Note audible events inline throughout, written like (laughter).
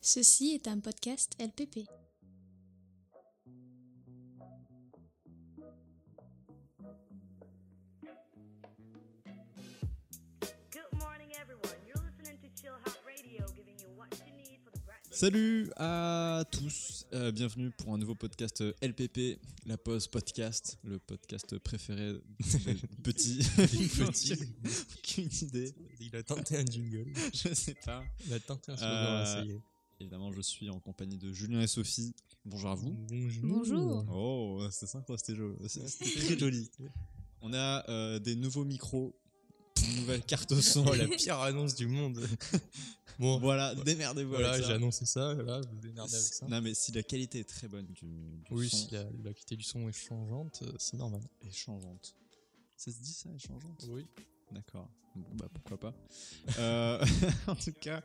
Ceci est un podcast LPP. Good morning, everyone. You're listening to Chill Hop Radio, giving you what you need for the breakfast. Salut à tous, euh, bienvenue pour un nouveau podcast euh, LPP, la pause podcast, le podcast préféré (laughs) des petits. (laughs) Non, Petits. Aucune idée, Il a tenté un jingle. je sais pas. Il a tenté Euh, un slogan, ça y est. Évidemment, je suis en compagnie de Julien et Sophie. Bonjour à vous. Bonjour. Oh, c'est sympa, c'était joli. C'était très joli. On a euh, des nouveaux micros, une nouvelle carte au son. Oh, la pire annonce du monde. Bon, voilà, Voilà, démerdez-vous avec j'ai ça. annoncé ça. Voilà, vous vous démerdez avec ça. Non, mais si la qualité est très bonne du, du Oui, son si la, la qualité du son est changeante, euh, c'est normal. est changeante. Ça se dit ça, est changeante Oui. D'accord. Bon, bah pourquoi pas. Euh, (laughs) en tout cas,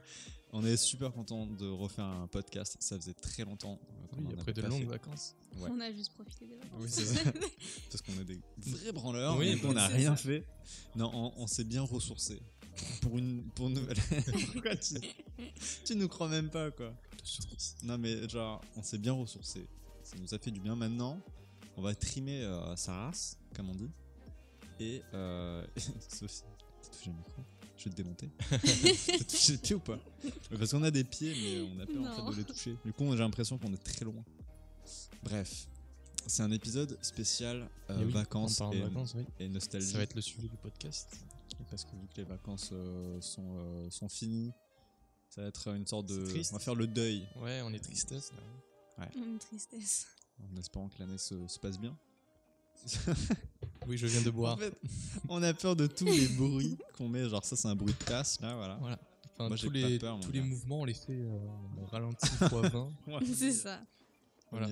on est super content de refaire un podcast. Ça faisait très longtemps. euh, qu'on en Oui, après avait de pas longues fait. vacances. Ouais. On a juste profité de (laughs) vacances. Oui, c'est vrai. Parce qu'on est des vrais branleurs. Oui, Oui, on n'a c'est rien fait. Non, on, on s'est bien ressourcé. Pour une, pour une nouvelle. (laughs) Pourquoi tu, tu nous crois même pas, quoi Non, mais genre, on s'est bien ressourcé. Ça nous a fait du bien. Maintenant, on va trimer euh, sa race, comme on dit. Et. Euh, (laughs) Sophie, t'as touché le micro Je vais te démonter. (laughs) t'as touché le pied ou pas Parce qu'on a des pieds, mais on a peur en Non. fait de les toucher. Du coup, j'ai l'impression qu'on est très loin. Bref. C'est un épisode spécial euh, Et Eh oui, vacances, on part en et, vacances, oui. et nostalgie. Ça va être le sujet du podcast. Parce que vu que les vacances euh, sont, euh, sont finies, ça va être une sorte de. C'est triste. On va faire le deuil Ouais, on est tristesse. là. Une tristesse. en espérant que l'année se, se passe bien. Oui, je viens de En boire. fait, on a peur de tous les bruits qu'on met. Genre, ça, c'est un bruit de tasse, là, voilà. Voilà. Enfin, Moi, j'ai tous pas les, peur, mon tous les gars. mouvements, on les fait euh, au ralenti (laughs) x 20. (laughs) Ah, (laughs) C'est ça. Voilà.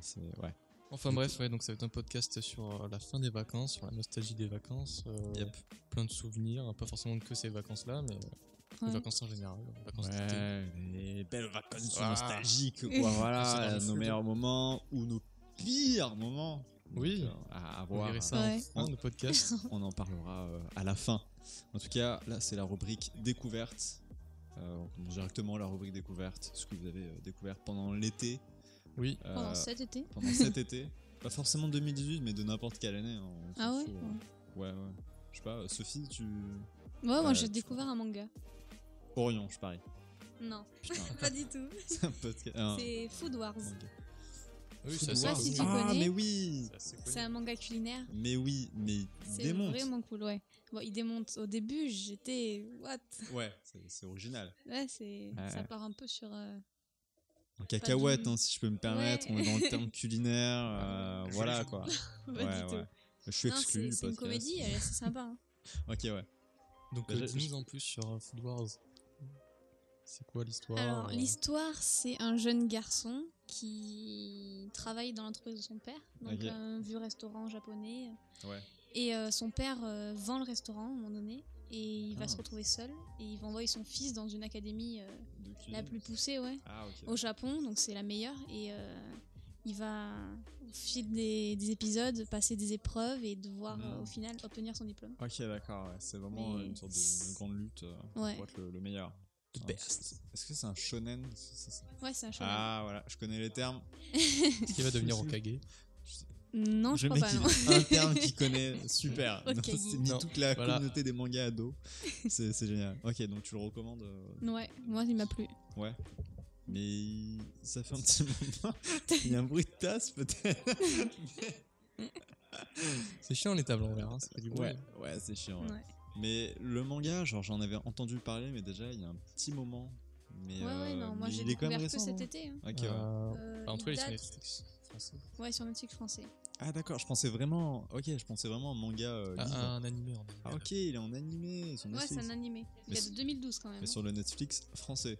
C'est- ouais. Enfin bref, ouais, donc ça va être un podcast sur euh, la fin des vacances, sur la nostalgie des vacances, euh, Yep. plein de souvenirs, hein, pas forcément que ces vacances-là, mais euh, Ouais. les vacances en général, hein, les vacances d'été. Ouais, les belles vacances Ah. nostalgiques. quoi, (laughs) C'est dans voilà, le nos flou. meilleurs moments ou nos pires moments. Donc, Oui. euh, à, à On voir. verra ça Ouais. en fin de podcast. On en parlera euh, à la fin. En tout cas, là, c'est la rubrique découverte. Euh, on commence directement la rubrique découverte, ce que vous avez euh, découvert pendant l'été. Oui, euh, Pendant cet été. pendant cet été. Pas forcément 2018, mais de n'importe quelle année. hein, on s'en Ah ouais fout, hein. Ouais, ouais. Je sais pas, euh, Sophie, tu. Ouais, moi Ouais, j'ai tu découvert un manga. Orion, je parie. Non, Putain, (laughs) pas du tout. c'est un podcast. un C'est Food Wars. Ah. manga. oui Food ça sais pas Wars. si tu Ah, connais. mais oui c'est assez C'est un connu. manga culinaire. Mais oui, mais il C'est démonte. vraiment cool, ouais. Bon, il démonte. Au début, j'étais. What Ouais, c'est c'est original. Ouais, c'est. Ouais. Ça part un peu sur. euh, En cacahuète, du- hein, si je peux me permettre. Ouais. Ah On est dans (laughs) le terme culinaire. euh, Joli voilà, jeu de quoi. mots. pas Ouais, du ouais. tout. Je suis Non, exclu c'est du c'est une podcast. comédie, elle est assez sympa. (laughs) hein. Ok, ouais. Donc Bah, euh, j'ai- dis-nous en plus sur euh, Food Wars. C'est quoi Oh. l'histoire Alors, euh, l'histoire, c'est un jeune garçon qui travaille dans l'entreprise de son père, donc Ok. un vieux restaurant japonais. Ouais. Et euh, son père euh, vend le restaurant à un moment donné, et il va Ah. se retrouver seul, et il va envoyer son fils dans une académie euh, De cuisine. la plus poussée, ouais, Ah, ok. au Japon, donc c'est la meilleure, et euh, il va, au fil des, des épisodes, passer des épreuves et devoir, Mm. euh, au final, obtenir son diplôme. Ok, d'accord. ouais. C'est vraiment Mais- euh, une sorte de une grande lutte euh, Ouais. pour être le, le meilleur. The Ah, best. c'est- Est-ce que c'est un shonen C'est- c'est- c'est- Ouais, c'est un show. Ah, voilà, je connais (laughs) les termes. Est-ce qu'il va devenir Okage Non, je le crois mec, pas, non. il a un terme (laughs) qu'il connaît. Super. Ok. Non, (laughs) C'est mis Non, toute la voilà. communauté des mangas à dos. C'est c'est génial. Ok, donc tu le recommandes euh, hein. Ouais, moi, il m'a plu. Ouais. Mais ça fait un petit moment. Il y a un bruit de tasse (laughs) peut-être. C'est chiant les tables en verre, hein, ça fait du bruit. Ouais, ouais, c'est chiant. ouais. Ouais. Mais le manga, genre j'en avais entendu parler, mais déjà il y a un petit moment. Mais Ouais, ouais, euh, non, moi mais j'ai il est découvert quand même que récent, cet non été. hein. Ok, ouais. Euh, Euh, bah, en tout cas, il il est sur date- Netflix français. Ouais, sur Netflix français. Ah d'accord, je pensais vraiment. Ok, je pensais vraiment au manga. euh, Ah, livre. Ah, un animé en animé. ok, il est en animé. Sur Ouais, c'est Netflix. un animé. Il Mais date c'est- de 2012 quand même. hein. Mais sur le Netflix français.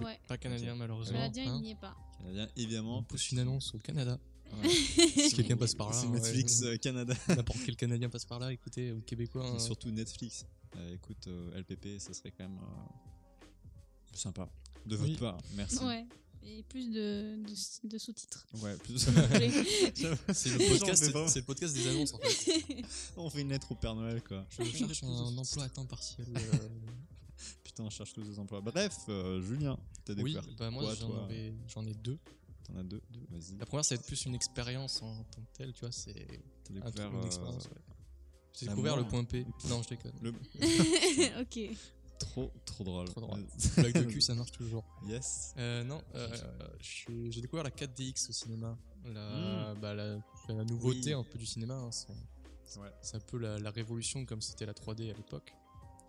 Ouais, Pas canadien le malheureusement. Canadien, hein. il n'y est pas. Canadien, On évidemment. pousse une annonce au Canada. (laughs) Ouais. Si quelqu'un passe par là. C'est ouais. Netflix euh, Canada. (laughs) N'importe quel Canadien passe par là, écoutez, ou Québécois. hein. Et surtout Netflix. Euh, écoute, euh, LPP, ça serait quand même euh, sympa. De votre Oui. part, merci. Ouais. Et plus de, de, de (laughs) sous-titres. Ouais, plus- (laughs) C'est le, Genre, on podcast, fait pas- c'est le podcast des annonces en fait. on fait une lettre au Père Noël, quoi. (laughs) Je cherche un emploi à temps partiel. euh, putain, cherche tous des emplois. Bref, euh, Julien, t'as Oui, découvert. bah moi quoi, j'en toi avais- j'en ai deux. T'en as deux, deux, vas-y. La première, ça va être plus une expérience en tant que telle, tu vois, c'est T'as un truc, découvert. une euh, expérience. ouais. J'ai l'amour. découvert le point P. Non, je déconne. le... (laughs) ok. Euh, Trop, trop drôle. Trop drôle. Blague (laughs) de cul, ça marche toujours. (laughs) yes. Euh, non, euh, je suis- j'ai découvert la 4DX au cinéma. La, bah, la, la nouveauté Oui. un peu du cinéma. hein, c'est Ouais. c'est un peu la, la révolution comme c'était la 3D à l'époque.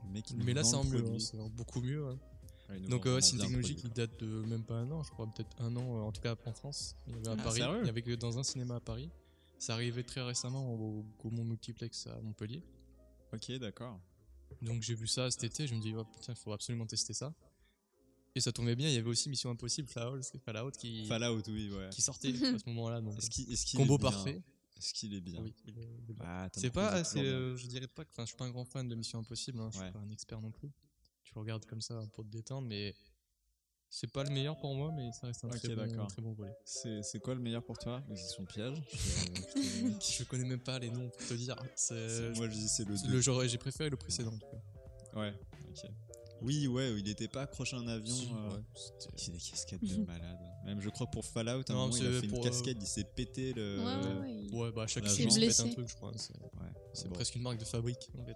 Le mec, il nous Mais là, vend c'est en le mieux, hein, produit. c'est en beaucoup mieux. hein. Ouais, il nous Donc, vend euh, vraiment c'est une bien le technologie qui produit. date de même pas un an, je crois, peut-être un an, euh, en tout cas en France. Il y avait à Ah, Paris, sérieux il y avait que dans un cinéma à Paris. Ça arrivait très récemment au Gaumont Multiplex à Montpellier. Ok, d'accord. Donc j'ai vu ça cet été, je me dis, oh putain, il faut absolument tester ça. Et ça tombait bien, il y avait aussi Mission Impossible, Fallout, Fallout qui, Fallout, oui, ouais. qui sortait à ce moment-là. Donc, Est-ce qu'il est-ce qu'il combo est bien parfait. Est-ce qu'il est bien Oui, euh, il est- il est bon. Ah, Tom c'est pas, Cruise est assez, toujours bien. euh, je dirais pas que, enfin, je suis pas un grand fan de Mission Impossible, hein, je Ouais. suis pas un expert non plus. Tu le regardes comme ça pour te détendre, mais c'est pas le meilleur pour moi, mais ça reste un Ok, très, bon, d'accord. très bon volet. C'est c'est quoi le meilleur pour toi Mais C'est son piège Je- je- (laughs) Je connais même pas les noms pour te dire. C'est- c'est- Moi, je dis c'est le Euh, c'est 2. le genre, j'ai préféré le précédent. en tout cas. Ouais, ok. Oui, ouais, il était pas accroché à un avion. Si, euh, ouais, c'était- C'est des cascades (laughs) de malade. Même je crois pour Fallout, à un Non, moment, il a c'est fait une pour, euh, cascade, il s'est pété le. Ouais, ouais, ouais. il- Ouais, bah à chaque Il film, est ils se mettent blessé. un truc, je crois. hein, C'est Ouais, c'est bon. presque une marque de fabrique, en fait.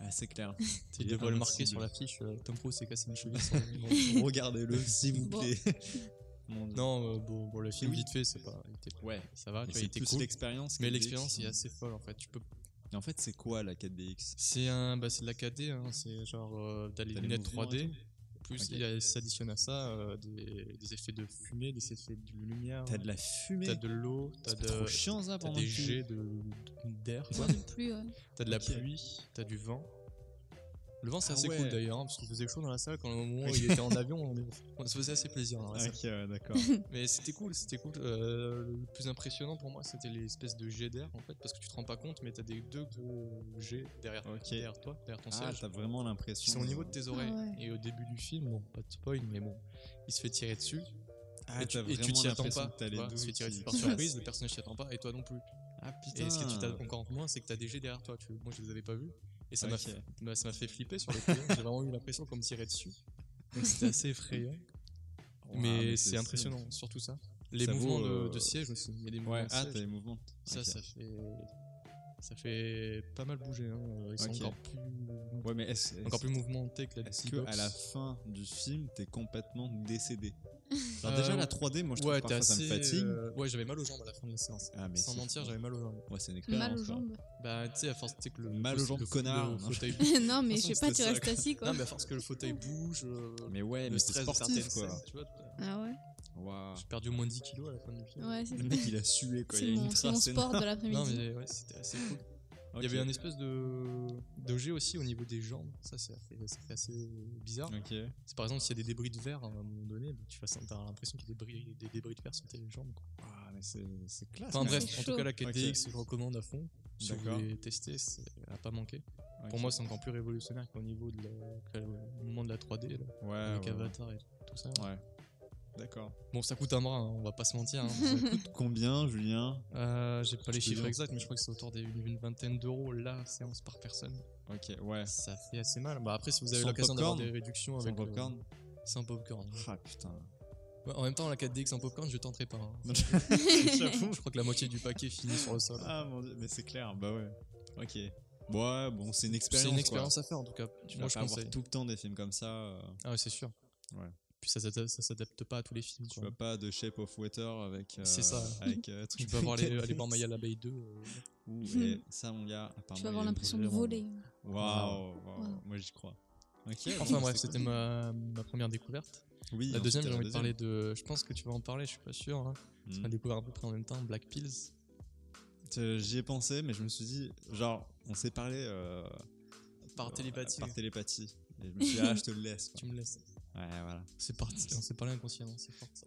Ah, c'est (laughs) clair. Ils est devraient le marquer invincible. sur l'affiche. euh, Tom Cruise s'est cassé une cheville. sans- (laughs) Regardez-le, s'il vous Bon. (laughs) plaît. Mon Dieu. non, euh, bon, bon, le film, Oui. vite fait, c'est pas. il était- Ouais. Ça va, Mais tu vois, il c'est était plus cool. l'expérience. Mais 4DX. l'expérience est assez folle, en fait. Tu peux Mais en fait, c'est quoi la 4DX C'est un, bah, c'est de la 4D, hein, c'est genre euh, t'as les T'as les lunettes mouvements et 3D. tout. Plus Ok. il y a- s'additionne à ça euh, des, des effets de fumée, des effets de lumière. T'as de la fumée. Ah, t'as de l'eau, t'as C'est de, pas trop chiant ça t'as pendant des que tu- jets de- d'air, (laughs) Moi non plus, ouais. t'as de la Ok. pluie, t'as du vent. Le vent c'est Ah assez ouais. cool d'ailleurs hein, parce qu'il faisait chaud dans la salle quand au moment où il était en avion on, on se faisait assez plaisir dans la salle. Ok, ouais, (laughs) d'accord. Mais c'était cool, c'était cool. Euh, le plus impressionnant pour moi, c'était l'espèce de jet d'air en fait, parce que tu te rends pas compte, mais t'as des deux gros jets derrière, Ok. derrière toi, derrière ton ah, siège, t'as vraiment l'impression. qui sont au niveau de tes oreilles. ouais. Et au début du film, bon, pas de spoil, mais bon, il se fait tirer dessus. Ah, et tu t'as et tu vraiment t'y attends l'impression pas. que t'as tu les vois, deux il se fait tirer qui- dessus par (laughs) surprise, le personnage s'y attend pas, et toi non plus. Ah putain. Et ce que tu t'attends encore moins, c'est que t'as des jets derrière toi. Tu... Moi, je les avais pas vus. Et ça m'a Ok. fait- bah, ça m'a fait flipper sur le coup. J'ai vraiment eu l'impression qu'on me tirait dessus. Donc c'était (laughs) assez effrayant. Ouah, Mais c'est impressionnant, stylé. surtout ça. Les Ça mouvements vaut, de- euh, de, siège aussi. Mais les mouvements Ouais, de ah, siège, t'as les mouvements. ça, Ok. ça fait. Ça fait pas mal bouger. hein. Ils sont Ok. encore plus, Ouais, mais est-ce encore est-ce- plus mouvementés que la est-ce que Xbox. à la fin du film, t'es complètement décédé Genre, Euh, Déjà, la 3D, moi je trouve ouais, parfois t'es ça me assez, fatigue. euh, Ouais, j'avais mal aux jambes à la fin de la séance. Ah, mais Sans c'est mentir, fou. j'avais mal aux jambes. Ouais, c'est une expérience. Mal aux quoi. jambes. (laughs) Bah, tu sais, à force tu sais que le. Mal aux le- jambes, le- connard, hein. le non. (laughs) fauteuil- non, mais je sais c'était pas, tu ça, restes quoi. assis quoi. Non, mais à force que le fauteuil bouge, euh, Mais ouais, le mais c'est stress de certaines sportif quoi. scènes, tu vois, t'as- Ah ouais Waouh. J'ai perdu au moins 10 kilos à la fin du film. Ouais, c'est Le mec il a sué quoi. c'est Il y a mon, une c'est mon trace sport de (laughs) Non, l'après-midi. mais ouais, c'était assez cool. Il y avait un espèce de d'objet aussi au niveau des jambes. Ça, c'est assez, ça fait assez bizarre. Ok. C'est par exemple s'il y a des débris de verre à un moment donné, bah, tu as l'impression qu'il y a des débris, des débris de verre sur tes jambes. quoi. Ah, mais c'est c'est classe. Enfin mais bref, c'est en tout chaud. cas la KTX, Ok. je recommande à fond. Si vous D'accord. voulez tester, c'est à pas manquer. Ok. Pour moi, c'est encore plus révolutionnaire qu'au niveau de la, qu'au moment de la 3D, là, Ouais, Ah, ouais, avec ouais. Avatar et tout ça. Ouais. D'accord. Bon, ça coûte un bras, hein, on va pas se mentir. hein, mais (laughs) ça coûte Combien, Julien Euh, j'ai pas les te chiffres jure. exacts, mais je crois que c'est autour d'une d'une vingtaine d'euros la séance par personne. Ok, ouais. Ça fait assez mal. Bah après, si vous avez Sans l'occasion d'avoir popcorn des réductions Sans avec le- popcorn sans popcorn. Ah (laughs) putain. Ouais, en même temps, la 4DX sans popcorn, je tenterai (laughs) pas. hein. J'avoue. je crois que la moitié du paquet finit sur le sol. Ah mon dieu, mais c'est clair, bah ouais. Ok. Ouais, bon, c'est une expérience. c'est une quoi. expérience à faire en tout cas. Tu Moi, vas je pas avoir conseille. tout le temps des films comme ça. euh, Ah ouais, c'est sûr. Ouais. Puis ça, s'adapte- ça s'adapte pas à tous les films. tu Quoi. vois pas de Shape of Water avec. euh, C'est ça. Avec. euh, Tu truc (laughs) peux avoir les, les de- Bormaya l'abeille 2. euh, (laughs) Ouh, et ça, mon gars, apparemment. Tu vas il avoir est l'impression de vraiment- voler. Waouh, waouh, Waouh. moi j'y crois. Ok, Enfin bon, bref, c'est c'était ma, ma première découverte. cool. Oui, La ensuite, deuxième, t'as j'ai la envie de parler deuxième. de. Je pense que tu vas en parler, je suis pas sûr. hein. On a Mhm. découvert à peu près en même temps Black Pills. Euh, J'y ai pensé, mais je me suis dit, genre, on s'est parlé. euh, Par euh, télépathie. Par télépathie. Et je (laughs) me suis dit, ah, je te le laisse. quoi. Tu me laisses. Ouais, voilà. C'est parti, on s'est parlé inconsciemment, c'est fort ça.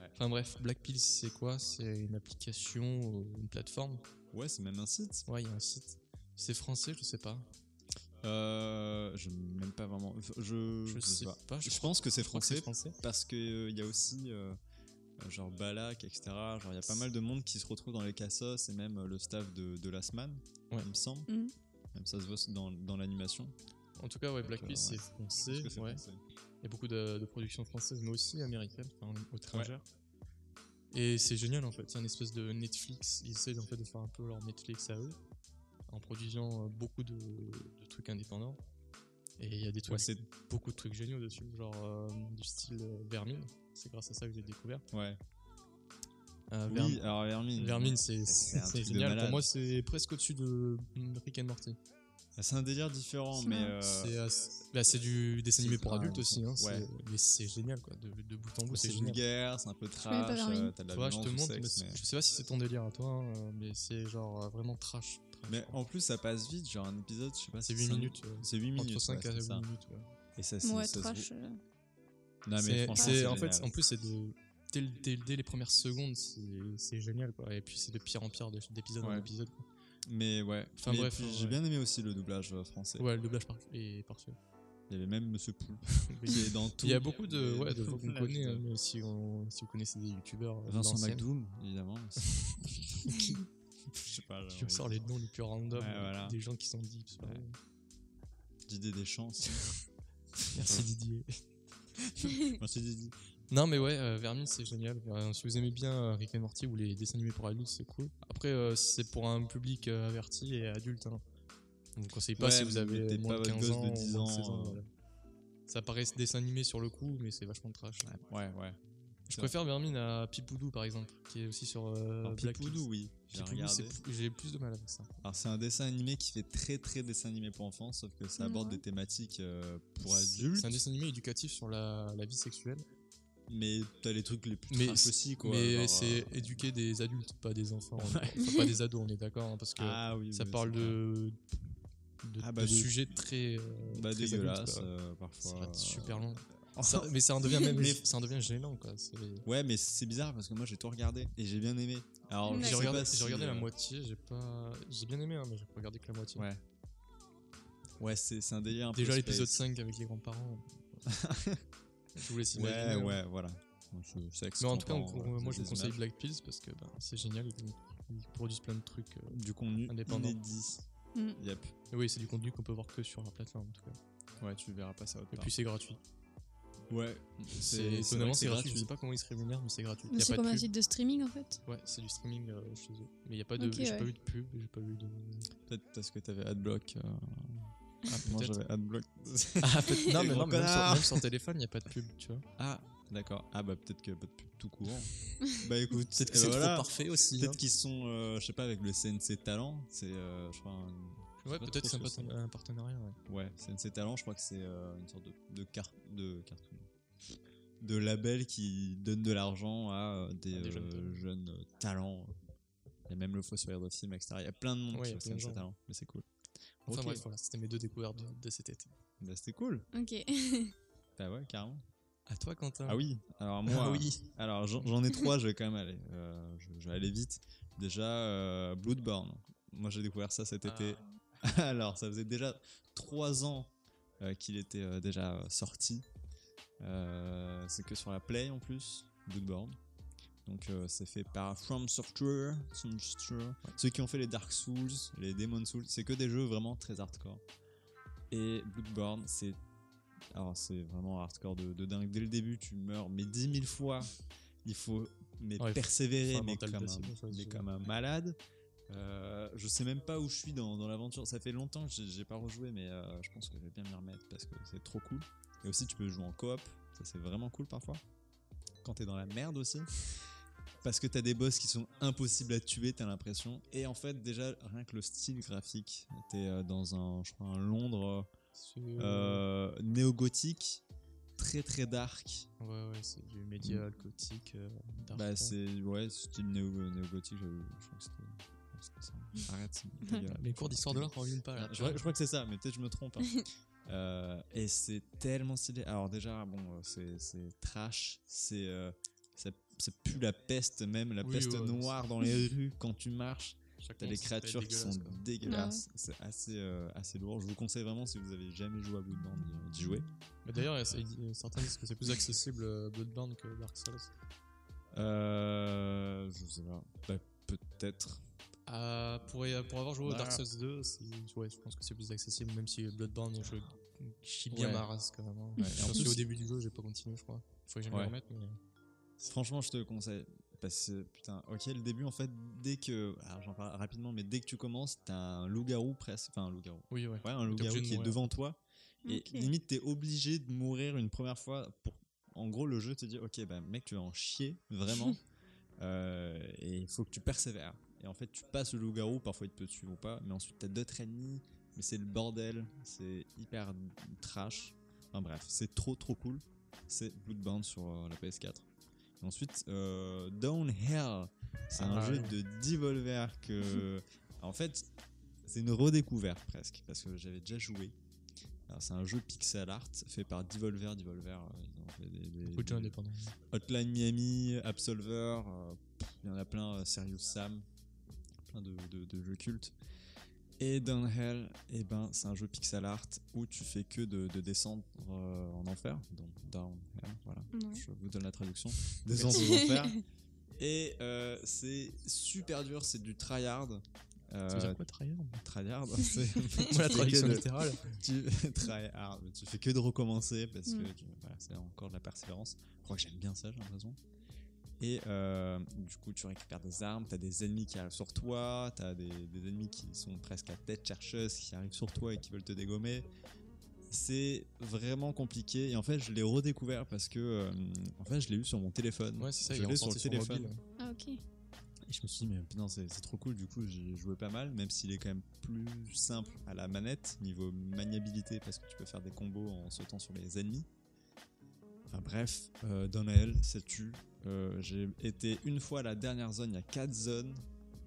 Ouais. Enfin bref, Black Pills, c'est quoi C'est une application, euh, une plateforme. Ouais, c'est même un site. Ouais, il y a un site. C'est français, je sais pas. Euh, je même pas vraiment. Euh, Je, Je sais pas, je je pense que c'est Je crois que français c'est français. parce que euh, il y a aussi euh, euh, genre Balak, etc. Genre il y a pas mal de monde qui se retrouve dans les cassos et même euh, le staff de, de la SMAN, Ouais. il me semble. Mhm. Même ça se voit dans, dans l'animation. En tout cas, ouais, Black Donc, Peas, euh, ouais. c'est Parce français. que c'est ouais. français. Il y a beaucoup de, de productions françaises, mais aussi américaines, enfin, étrangères. Et c'est génial en fait. C'est un espèce de Netflix. Ils essaient en fait de faire un peu leur Netflix à eux, en produisant euh, beaucoup de, de trucs indépendants. Et il y a des trucs, Ouais, c'est- beaucoup de trucs géniaux dessus, genre euh, du style euh, Vermine. C'est grâce à ça que j'ai découvert. Ouais. Euh, Verm- Oui, alors Vermine. Vermine, c'est C'est un c'est truc de génial. Pour malade. moi, c'est presque au-dessus de Rick and Morty. C'est un délire différent, C'est mais. un- euh, C'est assez- bah, c'est du dessin animé pour Ah, adultes on aussi, hein, s'en- c'est- ouais. mais c'est génial quoi, de, de bout en bout, C'est c'est génial. vulgaire, c'est un peu connais pas trash, Vermine. euh, t'as de la Tu vois, je violence, te du montre, mais sexe, c'est- mais... je sais pas si c'est ton délire à toi, hein, mais c'est genre euh, vraiment trash. trash, mais quoi. en plus ça passe vite, genre un épisode, je sais pas, c'est si 8 cinq- minutes, euh, C'est 8 minutes. entre 5 ouais, à c'est 8 ça. minutes. ouais. Et ça, c'est- Ouais, ça se- trash. euh, Non, Ah, mais C'est- franchement, c'est- c'est en fait, génial. en plus, c'est de- dès, le- dès le- dès les premières secondes, c'est c'est génial quoi, et puis c'est de pire en pire de- d'épisode en Ouais. épisode. quoi. Mais ouais. Enfin, Mais bref, puis, euh, j'ai ouais. bien aimé aussi le doublage euh, français. Ouais, le doublage par- est parfait. Il y avait même Monsieur Poulpe (laughs) Mais qui est dans tout. Il y a beaucoup de, Mais- ouais, de gens qu'on Là, connaît, je- hein, mais si, on- si vous connaissez des youtubeurs, euh, de Vincent l'ancienne, McDoom, (laughs) évidemment. aussi. Je sais pas. j'ai Tu me envie sors de- les noms les plus random Ouais, euh, voilà. des gens qui sont euh, dit. c'est pas Ouais. vrai. Didier Deschamps. aussi. Merci Didier. Merci Didier. Non mais ouais, euh, Vermine c'est génial. Euh, si vous aimez bien euh, Rick and Morty ou les dessins animés pour adultes, c'est cool. Après euh, c'est pour un public euh, averti et adulte. Hein. On vous conseille pas Ouais, si vous avez euh, mettez moins de pas votre 15 gosse ans, de 10 ou moins ans, 16 euh. voilà. Ça paraît dessin animé sur le coup, mais c'est vachement trash. Ouais, ouais. Je préfère Vermine à Pipoudou par exemple, qui est aussi sur euh, Alors, Black Pipoudou, oui. Peas. J'ai Pipoudou, c'est regardé. plus- j'ai plus de mal avec ça. Alors, c'est un dessin animé qui fait très très dessin animé pour enfants, sauf que ça aborde Ouais. des thématiques euh, pour C'est- adultes. C'est un dessin animé éducatif sur la- la vie sexuelle. Mais t'as les trucs les plus Mais trash c'est- aussi, quoi. mais genre, c'est euh, éduquer des adultes, pas des enfants. Enfin, pas des ados, on est d'accord, hein, parce que Ah oui. ça oui, parle c'est vrai. de, de, Ah, bah, de de- sujets très, euh, Bah, très adultes, dégueulasse, quoi. euh, Ça parfois. va (laughs) super long. euh, Ça- mais ça en devient (laughs) même, Mais- ça en devient gênant, quoi. c'est- Ouais, mais c'est bizarre parce que moi j'ai tout regardé et j'ai bien aimé. Alors, je D'accord. J'ai sais regardé, pas si, j'ai regardé la euh, moitié, j'ai pas, j'ai bien aimé, hein, mais j'ai regardé que la moitié. Ouais. Ouais, c'est c'est un délire un peu. Déjà l'épisode space. 5 avec les grands-parents. (laughs) je vous laisse imaginer. Ouais, hein. ouais, voilà. Donc, c'est- c'est avec Mais en ce tout cas, qu'on on- parle, moi voilà, je vous des conseille images. Black Pills parce que ben, c'est génial, ils, ils produisent plein de trucs. euh, du contenu Indépendant. inédit. Mm. Yep. Et Oui, c'est du contenu qu'on peut voir que sur la plateforme en tout cas. Ouais, tu verras pas ça autre Et puis c'est gratuit. ouais, C'est étonnamment c'est gratuit. Je sais pas comment ils se rémunèrent, mais c'est gratuit. Mais Y a c'est pas comme de un pub. site de streaming en fait. Ouais, c'est du streaming euh, chez eux. Mais y a pas de, Ok, j'ai pas ouais. vu de pub, j'ai (laughs) pas vu de. Peut-être parce que t'avais Adblock. euh, moi Ah, peut-être. j'avais Adblock. (laughs) Ah, peut-être. non, mais, Gros non, mais même, sur, connard. même sur téléphone, y a pas de pub, tu vois. ah, d'accord. Ah, bah peut-être que pas de pub tout (laughs) court. bah écoute, Peut-être que eh c'est ben voilà. trop hein. parfait aussi. Peut-être qu'ils sont, euh, je sais pas, avec le CNC Talent. C'est, euh, je crois, un- Ouais, pas peut-être trop c'est un, ce que parten- un partenariat. Ouais. ouais, CNC Talent, je crois que c'est euh, une sorte de, de, car- de cartoon. De label qui donne de l'argent à euh, des, Ah, des jeunes euh, talents. jeunes, euh, talents. Il y a même le faux sourire de film, etc. Il y a plein de monde Ouais, il y a sur plein de gens. CNC Talent, mais c'est cool. Enfin Ok. bref, voilà, c'était mes deux découvertes de, de cet été. Bah c'était cool. Ok. Bah ouais, carrément. À toi, Quentin. Ah oui, (laughs) alors moi, Ah oui. alors j'en j'en ai trois, je vais quand même aller. Euh, je, je vais aller vite. Déjà, euh, Bloodborne. Moi, j'ai découvert ça cet été. (laughs) Alors, ça faisait déjà trois ans euh, qu'il était euh, déjà euh, sorti. Euh, c'est que sur la Play en plus, Bloodborne. Donc, euh, c'est fait par From Software, From Software. ceux qui ont fait les Dark Souls, les Demon Souls. C'est que des jeux vraiment très hardcore. Et Bloodborne, c'est alors c'est vraiment hardcore de, de dingue. Dès le début, tu meurs, mais 10 000 fois. Il faut mais Ouais, faut- persévérer, faut un mais mental comme un, d'acier, ça, mais c'est- comme un malade. Euh, je sais même pas où je suis dans, dans l'aventure. Ça fait longtemps que j'ai- j'ai pas rejoué, mais euh, je pense que je vais bien m'y remettre parce que c'est trop cool. Et aussi, tu peux jouer en coop. Ça, c'est vraiment cool parfois. Quand t'es dans la merde aussi. Parce que t'as des boss qui sont impossibles à tuer, t'as l'impression. Et en fait, déjà, rien que le style graphique, t'es euh, dans un, je crois, un Londres C'est- euh, néo-gothique, très très dark. Ouais, ouais, c'est du médial, gothique, euh, dark. mm. Bah, c'est ouais, style néo- néo-gothique, j'avoue, je crois que c'était- je crois que c'était ça. Arrête, c'est dégueulasse. Mes cours d'histoire de l'art reviennent pas là. Ah, Je, crois- je crois que c'est ça, mais peut-être je me trompe. hein. Euh, et c'est tellement stylé. Alors déjà, bon, euh, c'est c'est trash, c'est euh, ça, ça pue la peste même, la Oui, peste ouais, noire dans (laughs) les rues quand tu marches. Chaque T'as monde, des ça peut être créatures qui sont dégueulasse, quoi. dégueulasses. C'est assez euh, assez lourd. Je vous conseille vraiment si vous avez jamais joué à Bloodborne d'y- d'y jouer. Mais d'ailleurs, il y a- il y a certains disent (laughs) que c'est plus accessible euh, Bloodborne que Dark Souls. Euh, je sais pas. Bah, peut-être. Euh, pour, y- pour avoir joué au Dark Voilà. Souls 2, c'est- ouais, je pense que c'est plus accessible, même si Bloodborne, je chie bien Ouais. ma race quand même. hein. Ouais, et en J'en suis plus- au début du jeu, j'ai pas continué, je crois. Faut que j'aille Ouais. me remettre. mais- Franchement, je te le conseille. Parce que, putain, ok, le début, en fait, dès que. Alors, j'en parle rapidement, mais dès que tu commences, t'as un loup-garou presque. Enfin, un loup-garou. Oui, ouais. Ouais, un loup-garou obligé de qui est mourir. devant toi. Et Ok. limite, t'es obligé de mourir une première fois. Pour... En gros, le jeu te dit Ok, bah, mec, tu vas en chier, (laughs) vraiment. Euh, et il faut que tu persévères. Et en fait, tu passes le loup-garou, parfois il te peut te suivre ou pas. Mais ensuite, t'as d'autres ennemis. Mais c'est le bordel. C'est hyper trash. Enfin bref, c'est trop trop cool. C'est Bloodbound sur euh, la PS4. Et ensuite, euh, Downhill. C'est un Ah, jeu ouais. de Devolver que. (laughs) en fait, c'est une redécouverte presque. Parce que j'avais déjà joué. Alors, C'est un jeu pixel art fait par Devolver. Devolver, euh, ils ont fait des- des- Beaucoup de jeux des- indépendants. Hotline Miami, Absolver, euh, pff, il y en a plein, euh, Serious Sam, plein de, de- de jeux cultes. Et Downhill, eh ben, c'est un jeu pixel art où tu fais que de, de descendre euh, en enfer. Donc Downhill, voilà, Ouais. je vous donne la traduction. Descendre (laughs) en enfer. Et euh, c'est super dur, c'est du tryhard. Euh, Ça veut dire (laughs) quoi, tryhard tryhard, c'est Moi, la (laughs) tu fais traduction que de- littérale. tu (laughs) try hard, mais tu fais que de recommencer parce que Mm. tu- voilà, c'est encore de la persévérance. Je crois que j'aime bien ça, j'ai l'impression. Et euh, du coup, tu récupères des armes, t'as des ennemis qui arrivent sur toi, t'as des, des ennemis qui sont presque à tête chercheuse qui arrivent sur toi et qui veulent te dégommer. C'est vraiment compliqué et en fait, je l'ai redécouvert parce que euh, en fait, je l'ai eu sur mon téléphone. Ouais, c'est ça, je il est l'ai sur ressorti le sur téléphone. mobile. Ah, ok. Et je me suis dit, mais putain, c'est c'est trop cool. Du coup, j'ai joué pas mal, même s'il est quand même plus simple à la manette, niveau maniabilité, parce que tu peux faire des combos en sautant sur les ennemis. Enfin bref, euh, Downhill, c'est tu. Euh, j'ai été une fois à la dernière zone, il y a 4 zones.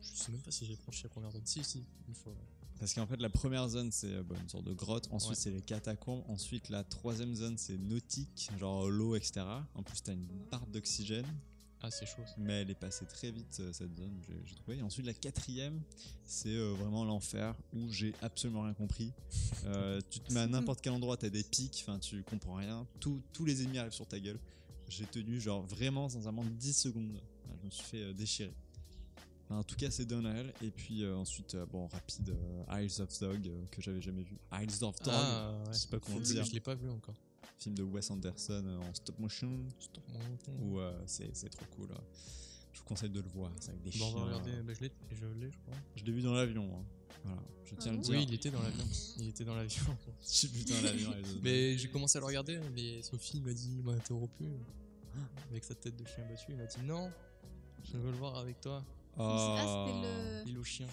Je sais même pas si j'ai franchi la première zone. Si, si, une fois. Parce qu'en fait, la première zone, c'est euh, bah, une sorte de grotte. Ensuite, Ouais. c'est les catacombes. Ensuite, la troisième zone, c'est nautique, genre l'eau, etc. En plus, t'as une barre d'oxygène. Ah, c'est chaud. ça. mais elle est passée très vite euh, cette zone, j'ai- j'ai trouvé. Et ensuite la quatrième, c'est euh, vraiment l'enfer où j'ai absolument rien compris. (laughs) Euh, tu te mets à n'importe quel endroit, t'as des pics, enfin tu comprends rien. Tout- tous les ennemis arrivent sur ta gueule. J'ai tenu genre vraiment sincèrement 10 secondes. Enfin, je me suis fait euh, déchirer. Enfin, en tout cas, c'est Donald. Et puis euh, ensuite, euh, bon, rapide, euh, Isles of Dog euh, que j'avais jamais vu. Isles of Dog, Ah, ouais. je sais pas comment Je- dire. Je l'ai pas vu encore. Film de Wes Anderson euh, en stop motion Stop, mon- ou euh, c'est c'est trop cool. hein. Je vous conseille de le voir. C'est avec des chiens. Bon, euh, on va regarder. bah, je l'ai, je l'ai, je crois. Je l'ai vu dans l'avion. hein. Voilà, je tiens Ah à le bon dire. Oui, il était dans l'avion. Il était dans l'avion. (laughs) Si, putain, l'avion. elle est- Mais j'ai commencé à le regarder, mais Sophie m'a dit, m'a interrompu, (gasps) avec sa tête de chien battu, il m'a dit non, je veux le voir avec toi, Ah, Oh. c'était il au chien.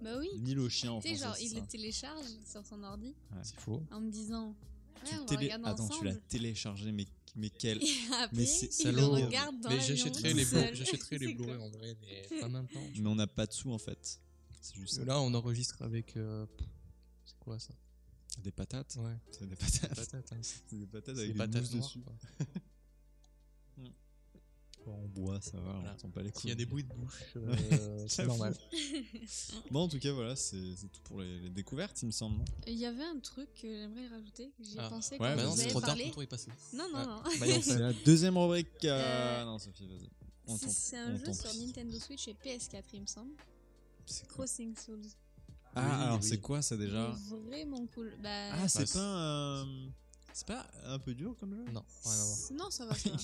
le. Bah oui. L'île aux chiens en Tu sais, français, genre, c'est il ça. le télécharge sur son ordi Ouais. Ah, C'est faux. en me disant. Ouais, Tu on va télé- regarder Attends, tu l'as ensemble. (laughs) téléchargé, mais, mais quel. Et après, Mais c'est il le salaud. regarde dans mais l'avion j'achèterai tout les, seul. Blu- j'achèterai les (laughs) C'est Blu-ray quoi en vrai, (laughs) mais pas maintenant. mais on n'a pas de sous en fait. C'est juste ça. Là, on enregistre avec. euh, c'est quoi ça des patates. Ouais, C'est des patates. patate. Hein. C'est (laughs) C'est des patates des avec des patates mousses noires. dessus. quoi. En bois, ça va, Voilà. on sent pas les couilles. S'il y a des bruits de bouche, (laughs) euh, c'est J'avoue. normal. Bon, en tout cas, voilà, c'est c'est tout pour les, les découvertes, il (laughs) me semble. non Il y avait un truc que j'aimerais rajouter, que j'y ai Ah. pensé Ouais, quand bah vous Maintenant, c'est avez trop tard, parlé. ton tour est passé. Non, non, Ah. (laughs) non. Bah, y a- C'est (laughs) la deuxième rubrique. euh, Euh, Non, Sophie, vas-y. (laughs) On C'est t'en- c'est on un jeu t'en sur prie. Nintendo Switch et PS4, il me semble. C'est quoi Crossing Souls. Ah, Oui, alors oui. c'est quoi ça Il déjà est Vraiment cool. Bah, Ah, c'est c'est- pas un. C'est pas un peu dur comme (laughs) jeu Non, rien à voir. non, ça va. ça va.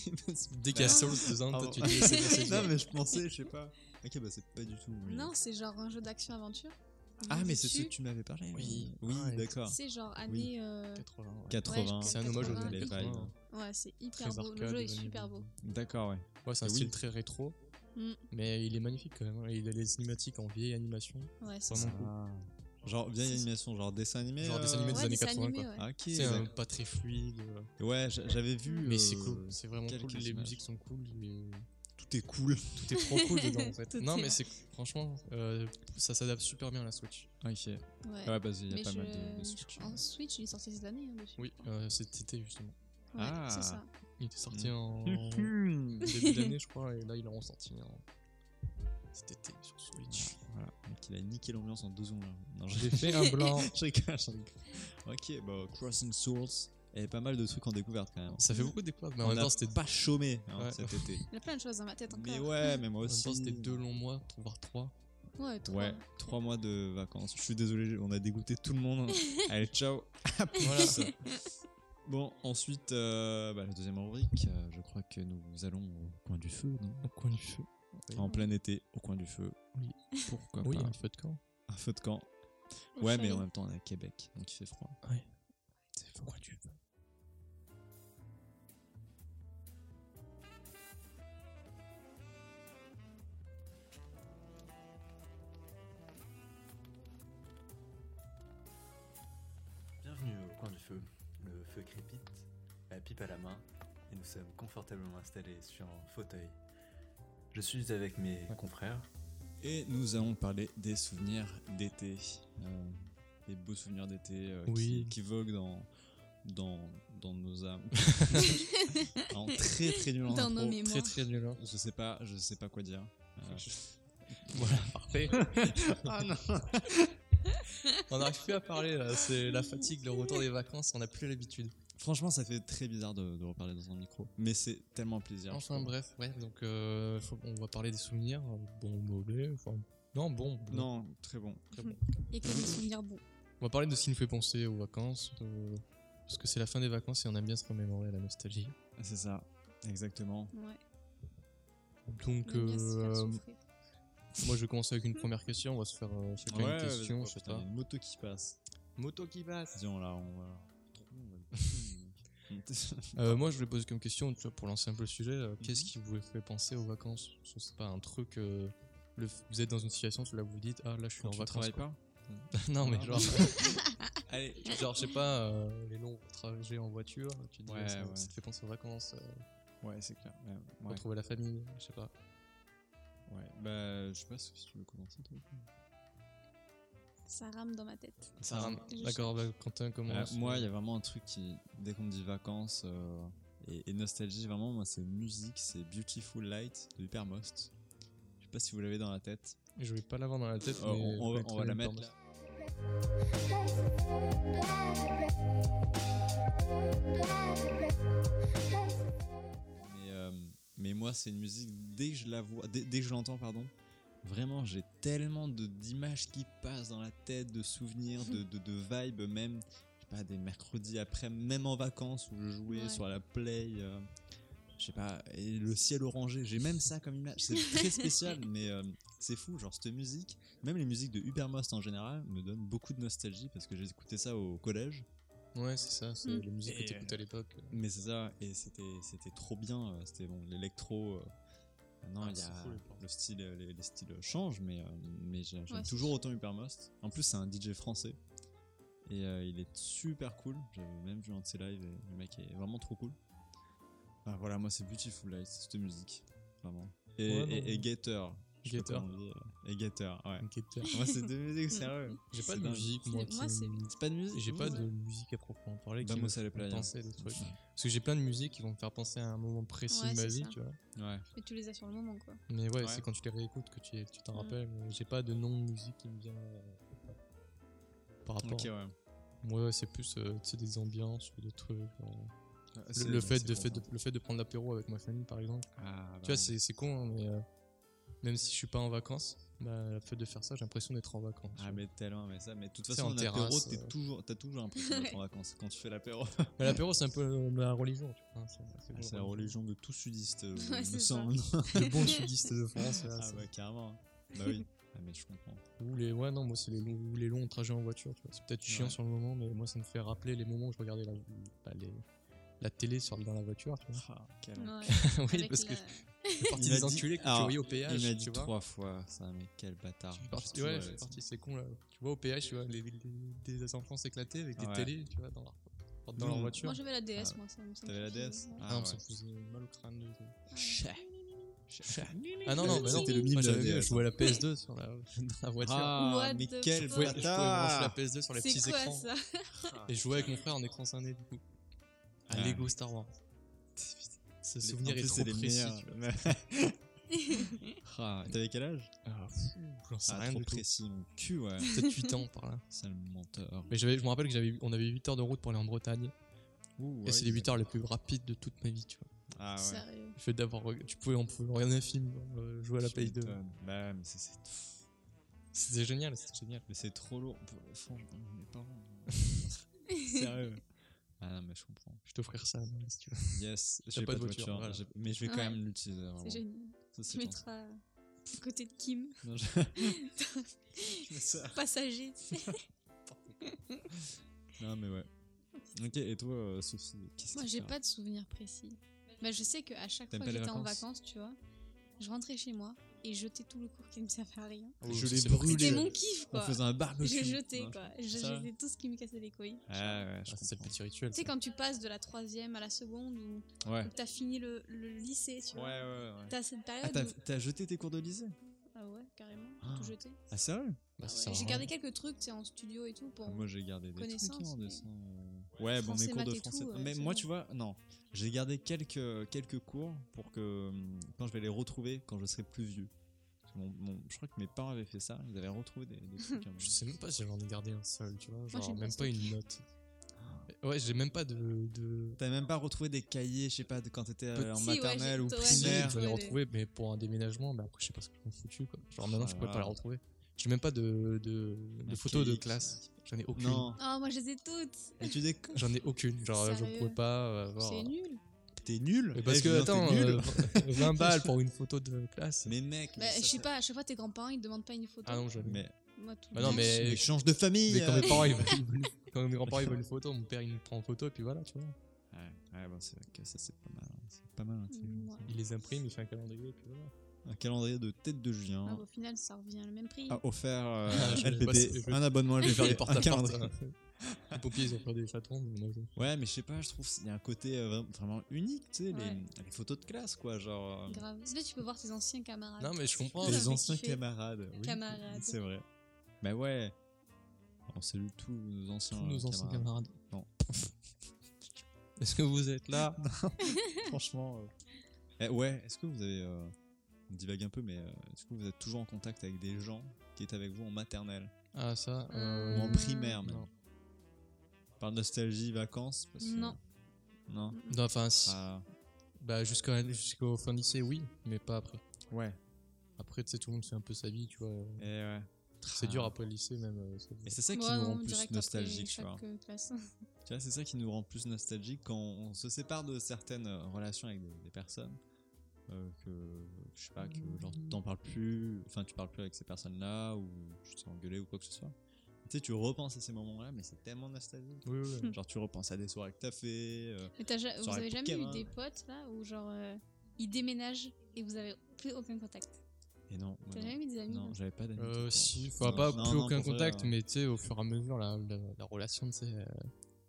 Dès qu'il y a Ah. Souls dedans, Ah toi, bon. tu dis (laughs) (laughs) c'est c'est Non, dur. mais je pensais, je sais pas. Ok, bah c'est pas du tout. (laughs) oui. non, c'est genre un jeu d'action-aventure. Ah, mais c'est ce Dessus, que tu m'avais parlé. Oui. oui, Ah, et- d'accord. C'est genre année. euh, 80. ouais. 80. je- C'est un hommage au 80, télé oui. Ouais, c'est hyper Très beau. arcade, Le jeu les est années super beau. 2000. D'accord, ouais. Ouais, c'est un Et style oui. très rétro, Mm. mais il est magnifique quand même. hein. Il a les cinématiques en vieille animation. Ouais, c'est ça. Vraiment cool. Genre, bien C'est- animation, genre dessin animé. Ah. Genre dessin animé euh, des Ouais, années dessin 80, animé, quoi. ouais. Ah, ok. C'est un d'accord. pas très fluide, euh, Ouais, j'a- j'avais vu. mais c'est euh, cool. C'est vraiment quelques cool. Les images. musiques sont cool. et Tout est cool. Tout est trop cool (laughs) dedans en fait. Tout non, est mais là. c'est franchement, euh, ça s'adapte super bien à la Switch. Ok. Ah. Ouais. Ouais, parce qu'il y Mais a pas je- mal de, de je Switch. crois- En Switch, il est sorti cette année. hein, dessus, Oui, je crois. euh, cet été justement. Ouais, Ah. c'est ça. Il était sorti Mm. en Hmm. début d'année, je crois, et là il est ressorti en cet été sur Switch. Voilà, mec, il a niqué l'ambiance en deux secondes. là. Non, je- J'ai fait un (laughs) blanc. je rigole, je rigole. Ok, bah, Crossing Source. Il y avait pas mal de trucs en découverte quand même. Ça fait beaucoup de découvertes, mais en On même a temps c'était pas chômé hein, Ouais. cet été. (laughs) Il y a plein de choses dans ma tête encore. mais ouais, mais moi en même temps, aussi. (laughs) c'était deux longs mois, voire trois. Ouais, trois. Ouais, trois mois de vacances. Je suis désolé, on a dégoûté tout le (laughs) monde. Allez, ciao. À plus. Voilà. Bon, ensuite, euh, bah, la deuxième rubrique, euh, je crois que nous allons au coin du feu, non Au coin du feu. En plein été, au coin du feu. Oui. Pourquoi Oui, pas un feu de camp. Un feu de camp. Au Ouais, chalet. mais en même temps, on est à Québec, donc il fait froid. Ouais. C'est froid. du feu. Bienvenue au coin du feu. Le feu crépite, la pipe à la main, et nous sommes confortablement installés sur un fauteuil. Je suis avec mes confrères. Et nous allons parler des souvenirs d'été. Euh, des beaux souvenirs d'été euh, qui- Oui. qui, voguent dans, dans, dans nos âmes. (laughs) en très très nul en Dans impro. nos mémoires. Très hein. très violent. Je sais pas, je sais pas quoi dire. Euh, (laughs) Voilà, parfait. Ah, on n'arrive plus à parler là, c'est la fatigue, le retour des vacances, on n'a plus l'habitude. franchement, ça fait très bizarre de, de reparler dans un micro, mais c'est tellement plaisir. je Enfin trouve. bref, ouais, donc euh, faut- on va parler des souvenirs, bon, mauvais, enfin... Non, bon, bon. Non, très bon. Et que des souvenirs bons. On va parler de ce qui nous fait penser aux vacances, euh, parce que c'est la fin des vacances et on aime bien se remémorer à la nostalgie. C'est ça, exactement. Ouais. Donc, On aime bien se faire euh, souffrir. moi je vais commencer avec une première question, on va se faire euh, chacun Ouais, une question, oh, je sais putain, il pas. y a Une moto qui passe. Moto qui passe Disons là, on va. (laughs) on va- Euh, Moi je voulais poser comme question, tu vois, pour lancer un peu le sujet, euh, qu'est-ce Mhm. qui vous fait penser aux vacances Je sais pas, un truc... euh, le f- vous êtes dans une situation, là vous vous dites, ah là je suis Quand en tu vacances. travailles pas quoi. (laughs) non mais Ah, genre... (laughs) Allez, Genre, je sais pas, euh, les longs trajets en voiture, tu te dis, Ouais, ça, ouais. ça te fait penser aux vacances, euh, Ouais, c'est clair. Ouais, ouais, retrouver la famille, je sais pas. ouais. Bah, je sais pas si tu veux commencer, toi. Ça rame dans ma tête. Ça rame. Je D'accord, bah, Quentin, comment Euh, moi, il y a vraiment un truc qui, dès qu'on me dit vacances euh, et, et nostalgie, vraiment, moi, c'est musique, c'est Beautiful Light de Hypermost. Je sais pas si vous l'avez dans la tête. Je vais pas l'avoir dans la tête, Euh, mais on, on va, avec on va la même mettre tendance. là. Mais, euh, mais moi, c'est une musique, dès que je la vois, dès, dès que je l'entends, pardon, vraiment, j'ai tellement de- d'images qui passent dans la tête, de souvenirs, de, de, de vibes, même, je sais pas, des mercredis après, même en vacances où je jouais Ouais. sur la Play. euh, je sais pas, et le ciel orangé, j'ai même ça comme image, c'est très spécial, mais euh, c'est fou, genre cette musique, même les musiques de Ubermost en général, me donnent beaucoup de nostalgie parce que j'ai écouté ça au collège, Ouais, c'est ça, c'est Mm. les musiques Et, euh, que t'écoutes à l'époque. euh, mais c'est ça, et c'était c'était trop bien, euh, c'était bon, l'électro, euh, maintenant Ah, il y c'est a, fou, les plans. le style, euh, les, les styles changent, mais, euh, mais j'ai- j'aime Ouais, c'est toujours autant Ubermost, en plus c'est un DJ français, et euh, il est super cool, j'avais même vu un de ses lives, et le mec est vraiment trop cool. Enfin, voilà, moi c'est Beautiful Light, c'est cette musique, vraiment. Et, Ouais, non. et, et Gator. je sais pas Gator. comment on dit, euh, Et Gator, ouais. Une guitare. Moi, c'est deux (laughs) musiques, sérieux. J'ai pas C'est de dingue. musique, C'est- moi, moi, qui... c'est- C'est pas de musique J'ai pas vous de musique à proprement parler qui me Vamos à Bah, la hein. fait playa. penser à des trucs. Parce que j'ai plein de musiques qui vont me faire penser à un moment précis Ouais, de ma c'est vie, ça. tu vois. Ouais. Mais tu les as sur le moment, quoi. Mais ouais, Ouais. c'est quand tu les réécoutes que tu tu t'en Mm. rappelles. mais J'ai pas de nom de musique qui me vient euh, par rapport Ok, ouais. Bah, Moi, ouais, c'est plus euh, tu sais, des ambiances ou des trucs. genre. Le, C'est- le fait c'est de, bon, fait de- hein. le fait de prendre l'apéro avec ma famille, par exemple. Ah, bah tu vois, oui. c'est- c'est con, hein, mais euh, même si je suis pas en vacances, bah, le fait de faire ça, j'ai l'impression d'être en vacances. Ah, mais tellement, mais ça. Mais de toute C'est façon, en en apéro, terrasse, t'es euh. toujours- t'as toujours l'impression d'être en vacances quand tu fais l'apéro. Mais l'apéro, c'est un peu euh, la religion. tu vois, hein, c'est- c'est Ah, bon, c'est la religion de tout sudiste, euh, Ouais, il me c'est ça. semble. (laughs) Le bon sudiste (laughs) de France. là, Ah, c'est- bah, carrément. Bah oui. Ah, mais je comprends. Ou les, ouais, non, moi, c'est les, longs- ou les longs trajets en voiture. tu vois. C'est peut-être chiant Ouais. sur le moment, mais moi, ça me fait rappeler les moments où je regardais la, bah, les- la télé sur, dans la voiture. (laughs) Tu vois. Ah, quel- Ouais. oui, Avec parce que la- je suis parti Il m'a des dit- enculés que tu alors, voyais au péage. Il m'a tu dit vois. trois fois ça, mais quel bâtard. Je suis parti, Surtout, ouais, euh, je suis parti, c'est con là. Tu vois, au PH, tu vois, les, les- des enfants s'éclater avec des Ouais. télés, tu vois, dans leur, dans Nous, leur on- voiture. Moi, j'avais la DS, Ah, moi. ça me- ça me T'avais la suffisait, DS ouais. ah, on ouais. s'en faisait mal au crâne. de- Ouais. Ah non, non, bah non, C'était le mime moi, de la j'avais vu, DS, je jouais à la PS2 sur la, (laughs) dans la voiture. Ah, What mais the quel je pouvais, je pouvais brancher la bâtard PS2 sur les C'est petits quoi écrans ça et jouer avec mon frère en écran scindé du coup. À Ah. Lego Star Wars. Ce souvenir Les- en est plus, trop c'est les précis. meilleurs. tu (laughs) Ah, T'avais quel âge vois. Ah, pff, J'en sais Ah, rien trop du tout. précis, mon cul, ouais. Peut-être 8 ans par là. Sale menteur. Mais j'avais- je me rappelle que j'avais, on avait 8 heures de route pour aller en Bretagne. Ouh, et ouais, c'est les il 8 heures les plus rapides de toute ma vie, tu vois. a- (laughs) Ah ouais. Sérieux. Le fait d'avoir reg- tu pouvais on pouvait regarder un film euh, jouer à la Tu play 2 m'étonnes. Bah, mais c'est- c'est- pff, C'était génial, c'était génial. Mais c'est trop lourd. P- Franchement, mes parents. (laughs) Sérieux. Ah non, mais je comprends. Je vais t'offrir ça Amaury, si tu veux. Yes, j'ai pas pas, de de voiture, voiture. voilà. j'ai- Mais je vais quand Ouais. même l'utiliser. vraiment. C'est génial. Ça, c'est Tu bien. mettras à côté de (laughs) Kim, Non, je- je mets ça. passager, tu sais. Non, mais ouais. (laughs) Ok, et toi, euh, Sophie, qu'est-ce Moi, qui j'ai t'a- pas de souvenirs précis. Bah, je sais qu'à chaque T'aimes fois pas que les j'étais en vacances vacances, tu vois, je rentrais chez moi et jetais tout le cours qui me servait à rien. Oh, Je ça, l'ai c'est vrai. brûlé. C'était mon kiff, On quoi. faisait un barbecue. Je jetais, Non, quoi. Je ça. jetais tout ce qui me cassait les couilles. Ah ouais, je Ah, c'est le comprends. petit rituel. Tu sais, ça. quand tu passes de la troisième à la seconde ou Ouais. ou que t'as fini le, le lycée, tu Ouais, ouais, vois, ouais. t'as cette Ah, période t'as où... t'as jeté tes cours de lycée Ah ouais, carrément, Ah. tout jeté. Ah, sérieux Bah, Ah ça ouais. sert à J'ai rien. gardé quelques trucs, tu sais, en studio et tout, pour... Ah, Moi, j'ai gardé des trucs connaissance, hein, en mais- dessin, euh, Ouais, bon, mes Français, cours de maths et français. tout, euh, mais c'est moi, bon. tu vois, non. J'ai gardé quelques, quelques cours pour que hum, quand je vais les retrouver, quand je serai plus vieux. Parce que mon- mon- je crois que mes parents avaient fait ça. Ils avaient retrouvé des, des (laughs) trucs. hein. à moi. Je sais même pas si j'en ai gardé un seul, tu vois. j'ai Genre, pas même pas stocké. une note. Ouais, j'ai même pas de. de... T'as même pas retrouvé des cahiers, je sais pas, de quand t'étais euh, en Petit, ouais, j'ai- maternelle ou ouais, Si, primaire. merde. je vais les Ouais, retrouver, mais pour un déménagement, mais après, je sais pas ce que je m'en foutu, quoi. Genre, maintenant, je Ah, pourrais pas là. la retrouver. J'ai même pas de, de, de Un photos de cahier, classe. J'en ai aucune. Non, Oh, moi, je les ai toutes mais tu dis que J'en ai aucune. Genre, je Sérieux pouvais pas euh, avoir. C'est nul t'es nul. Mais parce Eh, que, Julien, t'es attends, nul. euh, (laughs) 20 balles pour une photo de classe. Mais mec, mais Bah, ça- je sais pas, à chaque fois, tes grands-parents, ils te demandent pas une photo. Ah non, j'avais. Mais, Moi, tout Bah le non, temps. mais- mais change de famille. Mais quand euh. mes parents (laughs) ils veulent, ils veulent- quand mes grands-parents ils veulent une photo, mon père il me prend en photo et puis voilà, tu vois. Ouais, ouais, bon, c'est vrai que ça, c'est pas mal. hein. C'est pas mal intelligent. Ouais. ça. Il les imprime, il fait un calendrier et puis voilà. Un calendrier de tête de Ah, Julien bah, au final, ça revient à le même prix. a offert (laughs) euh, Ah, je vais LPP passer- je vais- un abonnement. Je vais faire des portes à un calendrier. hein. Les pompiers ils ont fait des chatons, mais moi, (laughs) je- Ouais, mais je sais pas, je trouve qu'il y a un côté euh, vra- vraiment unique, tu sais, Ouais. les, les photos de classe, quoi, genre. euh, Grave. C'est vrai, tu peux voir tes anciens camarades. Non, mais je comprends. Ouais, ça les fait anciens kiffer. camarades. oui, Camarades. C'est vrai. Bah ouais. On salue tous nos anciens Tous nos anciens camarades. camarades. Non. (laughs) Est-ce que vous êtes là (laughs) Franchement. euh. Eh, ouais, est-ce que vous avez. euh, on divague un peu, mais euh, est-ce que vous êtes toujours en contact avec des gens qui étaient avec vous en maternelle Ah, ça. Ou en Euh, primaire, même Hmm, Non. Par nostalgie, vacances parce que- Non. Non. Non, enfin, si- Ah, bah, jusqu'à- jusqu'au fin lycée, oui, mais pas après. ouais. Après, tu sais, tout le monde fait un peu sa vie, tu vois. Et Eh ouais. C'est Ah. dur après le lycée, même. euh, ça- Et c'est ça qui Moi, nous non, rend plus direct après nostalgiques, tu chaque, vois. euh, classe. (laughs) Tu vois, c'est ça qui nous rend plus nostalgiques quand on se sépare de certaines euh, relations avec des, des personnes. euh, que je sais pas, que genre t'en parles plus, enfin tu parles plus avec ces personnes-là, ou tu t'es engueulé ou quoi que ce soit. Tu sais, tu repenses à ces moments-là, mais c'est tellement nostalgique. Oui, oui, Hmm. oui. Genre tu repenses à des soirées que t'as fait. euh, Mais t'as ja- vous Soirée avez jamais Pokémon. eu des potes là où genre euh, ils déménagent et vous avez plus aucun contact et non, moi, T'as non, jamais eu des amis non, comme ça j'avais pas d'amis. Euh, comme ça. si, enfin, Non, pas non, plus non, aucun pour vrai, contact, euh, mais tu sais, au fur et à mesure, la, la, la relation, tu sais, euh,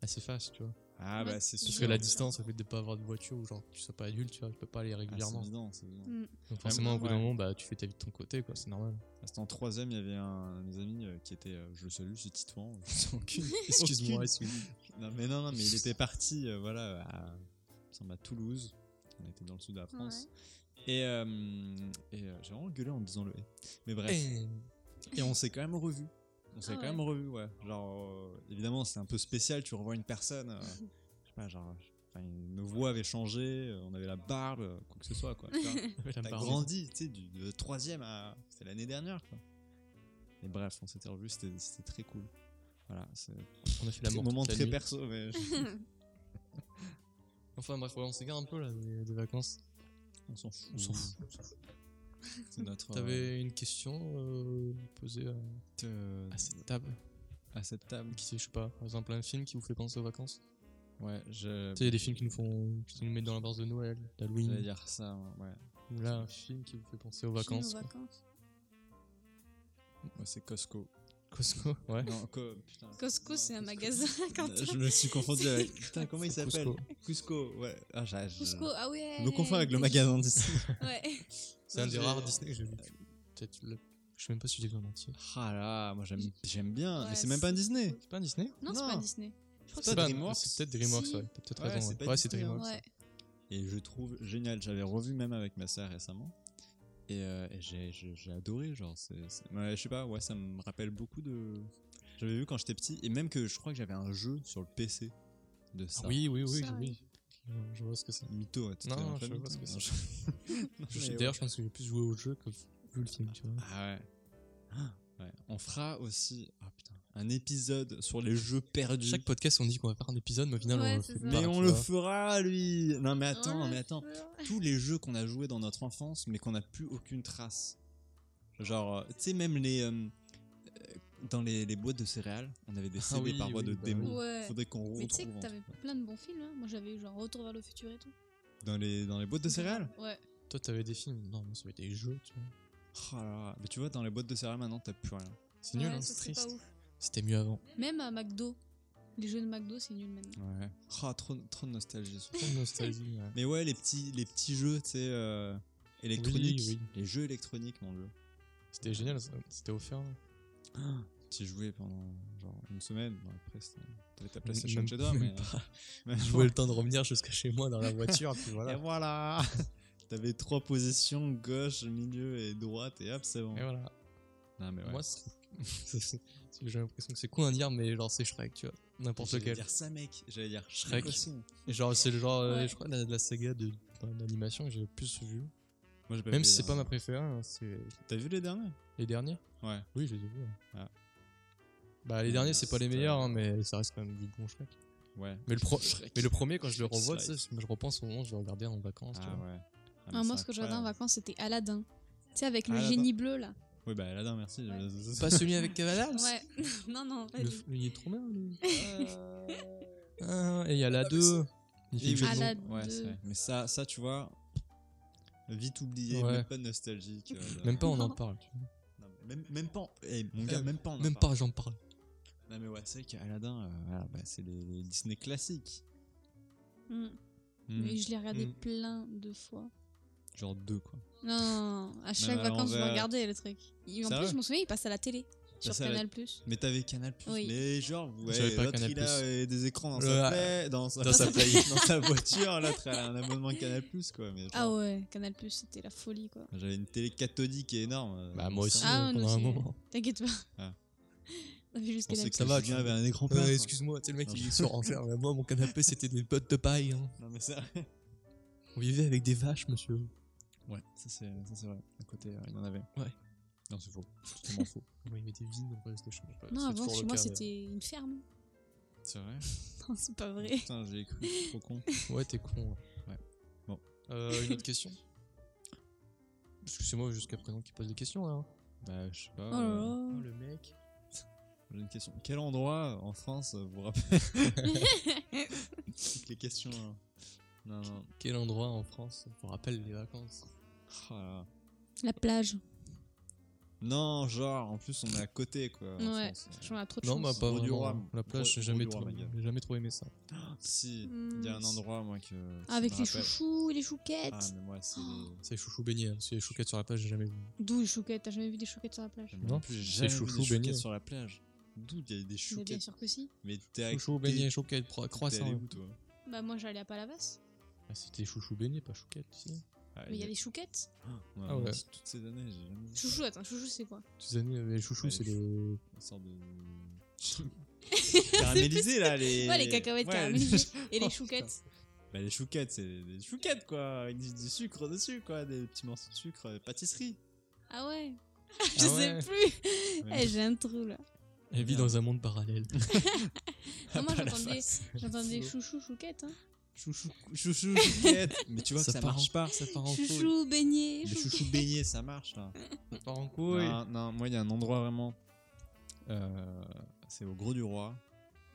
elle s'efface, tu vois. Ah Ouais, bah c'est parce Parce sûr. que la Ah, distance, le fait de pas avoir de voiture ou genre que tu sois pas adulte, tu vois, tu peux pas aller c'est régulièrement. évident, Ah, c'est évident. Mm. Donc forcément, au bout d'un Ouais. moment, bah, tu fais ta vie de ton côté, quoi, c'est normal. C'était en troisième, il y avait un, des amis euh, qui était, euh, je le salue, c'est Titouan. (laughs) je sais aucune- Excuse-moi, aucune- excuse-moi. Non, mais non, non, mais il était parti, euh, voilà, à, il me semble à Toulouse. On était dans le sud de la France. Et, euh, et euh, j'ai vraiment gueulé en disant le et. Mais bref. Et, on s'est quand même revus. On s'est Ah quand ouais. même revus, ouais. Genre, euh, évidemment, c'est un peu spécial, tu revois une personne. (laughs) euh, je sais pas, genre, enfin, nos voix avaient changé, euh, on avait la barbe, euh, quoi que ce soit, quoi. tu (laughs) vois. T'as grandi, tu sais, du de troisième à. C'était l'année dernière, quoi. Et bref, on s'était revus, c'était c'était très cool. Voilà, c'est On a fait la un mort. moment toute la très nuit. perso, mais je- Enfin bref, ouais, on s'égare un peu là des, des vacances. on s'en fout. On s'en fout. C'est notre. T'avais une question euh, posée à, euh, à cette table à cette table. qui c'est, je sais pas, par exemple un film qui vous fait penser aux vacances Ouais, je. Tu sais, il y a des films qui nous font, qui nous mettent dans l'ambiance de Noël, J'allais d'Halloween. dire ça, ouais. Ou là, un film qui vous fait penser aux Vacances. vacances. Nos vacances. Ouais, c'est Costco. Costco, ouais. Non, Co- putain. Costco, Non, Euh, c'est un magasin. Quand Je me suis (laughs) confondu C'est avec. Putain, comment il C'est s'appelle Cusco. Cusco, ouais. Ah, j'ai- j'ai- Costco, ah ouais. Je me confonds avec le magasin d'ici. Ouais. C'est un des J'ai- rares Disney que j'ai vu. Peut-être le- Je sais même pas si j'ai vu en entier. Ah là, moi j'aime j'aime bien, mais Ouais, c'est même pas un c'est- Disney. C'est pas un Disney Non, c'est pas Non. Disney. Je crois que C'est pas pas- DreamWorks C'est peut-être DreamWorks, Si. ouais. T'as peut-être Ouais, raison. c'est pas ouais. Ouais, c'est Disney, hein. DreamWorks. Ouais. et je trouve génial. J'avais revu même avec ma sœur récemment et, euh, et j'ai, j'ai- j'ai adoré. Genre, c'est, c'est- ouais, je sais pas, ouais, ça me rappelle beaucoup de. J'avais vu quand j'étais petit et même que je crois que j'avais un jeu sur le PC de ça. Ah Oui, oui, oui, Ça, oui. Je- Je vois ce que c'est. Mytho, ouais, t'étais Non, dans la je famille, vois ce toi. que Non, c'est. je- Non, Je- (laughs) mais D'ailleurs, je pense que j'ai plus joué au jeu que vu le film, tu vois. ouais. Ah ouais. Ah, Ouais. On fera aussi ah, putain, un épisode sur les jeux perdus. Chaque podcast, on dit qu'on va faire un épisode, mais au final, Ouais, on le c'est fait ça. pas, Mais tu on le vois. fera, lui Non, mais attends, Ouais, mais attends. Tous les jeux qu'on a joués dans notre enfance, mais qu'on n'a plus aucune trace. Genre, euh, tu sais, même les... euh, euh, dans les, les boîtes de céréales, on avait des Ah CD oui, par voie oui, de bah démo. oui. Ouais. Faudrait qu'on Mais tu sais retrouve que en t'avais tout cas. plein de bons films. hein. Moi, j'avais eu genre Retour vers le futur et tout. dans les, dans les boîtes de céréales. Ouais. Toi, t'avais des films Non, moi, ça avait des jeux, tu vois. Oh là là. Mais tu vois, dans les boîtes de céréales maintenant, t'as plus rien. C'est nul, Ouais, hein, ça, c'est c'est pas triste. ouf. C'était (laughs) mieux avant. Même à McDo. Les jeux de McDo, c'est nul maintenant. Ouais. Oh, trop, trop de nostalgie. surtout. Trop de nostalgie, ouais. mais ouais, les petits, les petits jeux, tu sais, euh, électroniques. oui. Les jeux électroniques, mon jeu. C'était génial, ça. c'était offert. là. Tu jouais pendant genre une semaine. Bon, après, c'était- t'avais ta Même- PlayStation chez toi, même mais. pas. (laughs) mais (laughs) Je voulais le temps de revenir jusqu'à chez moi dans la voiture, puis Et voilà. voilà (laughs) T'avais trois positions, gauche, milieu et droite, et hop, c'est bon. Et voilà. Non, mais ouais. Moi, c'est- (laughs) c'est- c'est- j'ai l'impression que c'est con à dire, mais genre, c'est Shrek, tu vois. N'importe J'allais lequel. dire ça, mec. J'allais dire Shrek. Shrek. aussi. Moi, Et genre, c'est le genre, euh, Ouais. je crois, la, la saga de- enfin, d'animation que j'ai le plus vu. j'ai pas vu Même les si c'est pas ma derniers. préférée, hein, c'est T'as vu les derniers les dernières. Ouais. Oui, je les ai vus. ouais. Ah. Bah, les derniers, c'est pas les C'était- meilleurs, hein, mais ça reste quand même du bon Shrek. Ouais. Mais le, pro- Shrek. mais le premier, quand je le Shrek revois, tu Slide. sais, je je repense au moment où je le regardais en vacances. tu Ah vois. ouais. Ah, mais Ah, moi, c'est ce que j'avais en incroyable. vacances, c'était Aladdin. Tu sais, avec le Aladdin. génie bleu là. Oui, bah Aladdin, merci. Ouais. Pas celui avec Cavadams Ah, Ouais. (laughs) non, non, pas Le- du- Il est trop bien, (laughs) lui. Ah, et il y a la 2. Il fait Et une oui. à la Ouais, deux. c'est vrai. Mais ça, ça, tu vois, vite oublié, Ouais. même pas nostalgique. euh, là. Même pas, on en parle. tu vois. Non, mais même, même pas. en- eh, mon gars, Euh, même pas. on en Même parle. pas, j'en parle. Non, mais ouais, c'est vrai qu'Aladdin, euh, voilà, bah, c'est les, les Disney classiques. Mm. Hmm. Mais je l'ai regardé Mm. plein de fois. Genre deux, quoi. Non, non, non, à chaque mais alors, vacances, on je va- regardais le truc. Et en Sérieux plus, je m'en souviens, il passe à la télé. Sur ça va Canal Plus. Mais t'avais Canal Plus. Oui. Mais genre, ouais, J'avais pas l'autre Canal+. il a euh, des écrans dans, Le- sa, plaie, dans, sa, dans sa plaie, dans sa voiture. L'autre elle a un abonnement Canal Plus, quoi. Mais genre, Ah ouais, Canal Plus, c'était la folie quoi. J'avais une télé cathodique et énorme. euh, Bah, moi ça, aussi, Ah, euh, nous pendant un aussi. moment. T'inquiète pas. Ah. (laughs) On a vu juste Je pensais Canal que Ça va, tu- Julien avait un écran plein. quoi. Excuse-moi, tu sais, le mec, Non, il est (laughs) sur enfer. mais Moi, mon canapé, c'était des bottes de paille. hein. Non, mais (laughs) ça. On vivait avec des vaches, monsieur. Ouais, ça c'est ça, c'est vrai. À côté, euh, il y en avait. Ouais. Non, c'est faux. C'est totalement faux. Ouais, il mettait vide, en vrai, c'était chaud. Ouais, Non, c'est avant, toujours chez le moi, cas, c'était une ferme. (laughs) C'est vrai Non, c'est pas vrai. Putain, j'ai cru. je suis (laughs) Trop con. mais- Ouais, t'es con. Ouais. Bon. Euh, une autre question Parce que c'est moi jusqu'à présent qui pose des questions là. hein. Bah, je sais pas. Oh là euh, là. le mec. J'ai une question. Quel endroit en France euh, vous rappelle Toutes les questions. hein. Non, non. Quel endroit en France vous rappelle les vacances Oh là là. La plage. Non, genre, en plus, on est à côté, quoi. en Ouais. France. Franchement, on a trop de chance. Non, bah pas Rue du vraiment. Roi. La plage, j'ai Rue jamais, du Roi, trop- ma gueule. j'ai jamais trop aimé ça. Si, il y a un Hmm. endroit, moi, que. ça Avec me les Oh. rappelle. chouchous et les Ah, chouquettes. mais moi, c'est. C'est chouchou baigné, hein, parce que les chouquettes sur la plage, j'ai jamais vu. D'où les chouquettes T'as jamais vu des chouquettes sur la plage Moi, Non, en plus, j'ai c'est jamais vu chouchou des chouquettes beignet. sur la plage. D'où il y a des Mais bien chouquettes sûr que si. Mais t'es à. Chouchou t'es- baigné, chouquette, pro- T'es allé croissant. où, toi Bah moi j'allais à Palavas, Ah, C'était chouchou baigné, pas chouquette, tu sais. Ah, mais il y a est- les chouquettes. Ouais, Ah ouais. Toutes ces années, j'ai jamais vu. ça. Chouchou, attends, chouchou c'est quoi Tu sais, les chouchous, Ouais, c'est les les. Une sorte (laughs) de. Caramélisé là les. Ouais, les cacahuètes Ouais, caramélisées et Oh, les chouquettes. Bah, les chouquettes, c'est des chouquettes quoi, avec du, du sucre dessus quoi, des petits morceaux de sucre, euh, pâtisserie. Ah ouais (laughs) Je Ah ouais. sais plus. Ouais. Eh, J'ai un trou là. Elle vit Merde. dans un monde parallèle. Non, moi Pas la j'entendais face. j'entendais chouchou chouquette. Hein. Chouchou, chouchou, chouquette. Mais tu vois Ça que ça part en- marche pas. ça part en couille. Chouchou beignet. Les chouquette. chouchous beignets, ça marche là. Ça part en couille. Non, non, moi il y a un endroit vraiment. euh, c'est au Gros du Roi.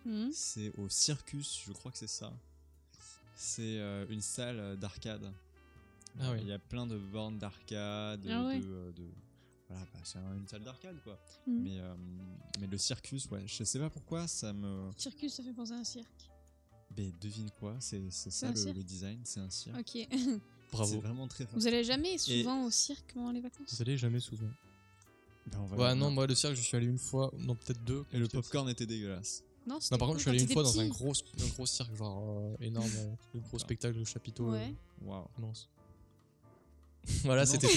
Hmm. C'est au Circus, je crois que c'est ça. C'est euh, une salle euh, d'arcade. Ah Euh, oui. Il y a plein de bornes d'arcade. Ah de- ouais. de, euh, de- Voilà, bah, c'est une salle d'arcade quoi. Mhm. Mais, euh, mais le Circus, ouais, je sais pas pourquoi ça me. Circus, ça fait penser à un cirque. Mais devine quoi, c'est c'est un ça le, cirque le design, c'est un cirque. Ok. (laughs) C'est Bravo. vraiment très fort. Vous allez jamais souvent au cirque pendant les vacances Vous allez jamais souvent. Ben, on va Ouais, le- non, moi le cirque, je suis allé une fois, non, peut-être deux. Et le peut-être. popcorn était dégueulasse. Non, c'était Non, par contre, cool je suis allé quand une t'étais fois dans un petit. gros, un gros cirque, genre euh, énorme, (laughs) euh, le gros spectacle de chapiteau euh, (laughs) Ouais. (laughs) Waouh. immense. voilà, Non. c'était tout.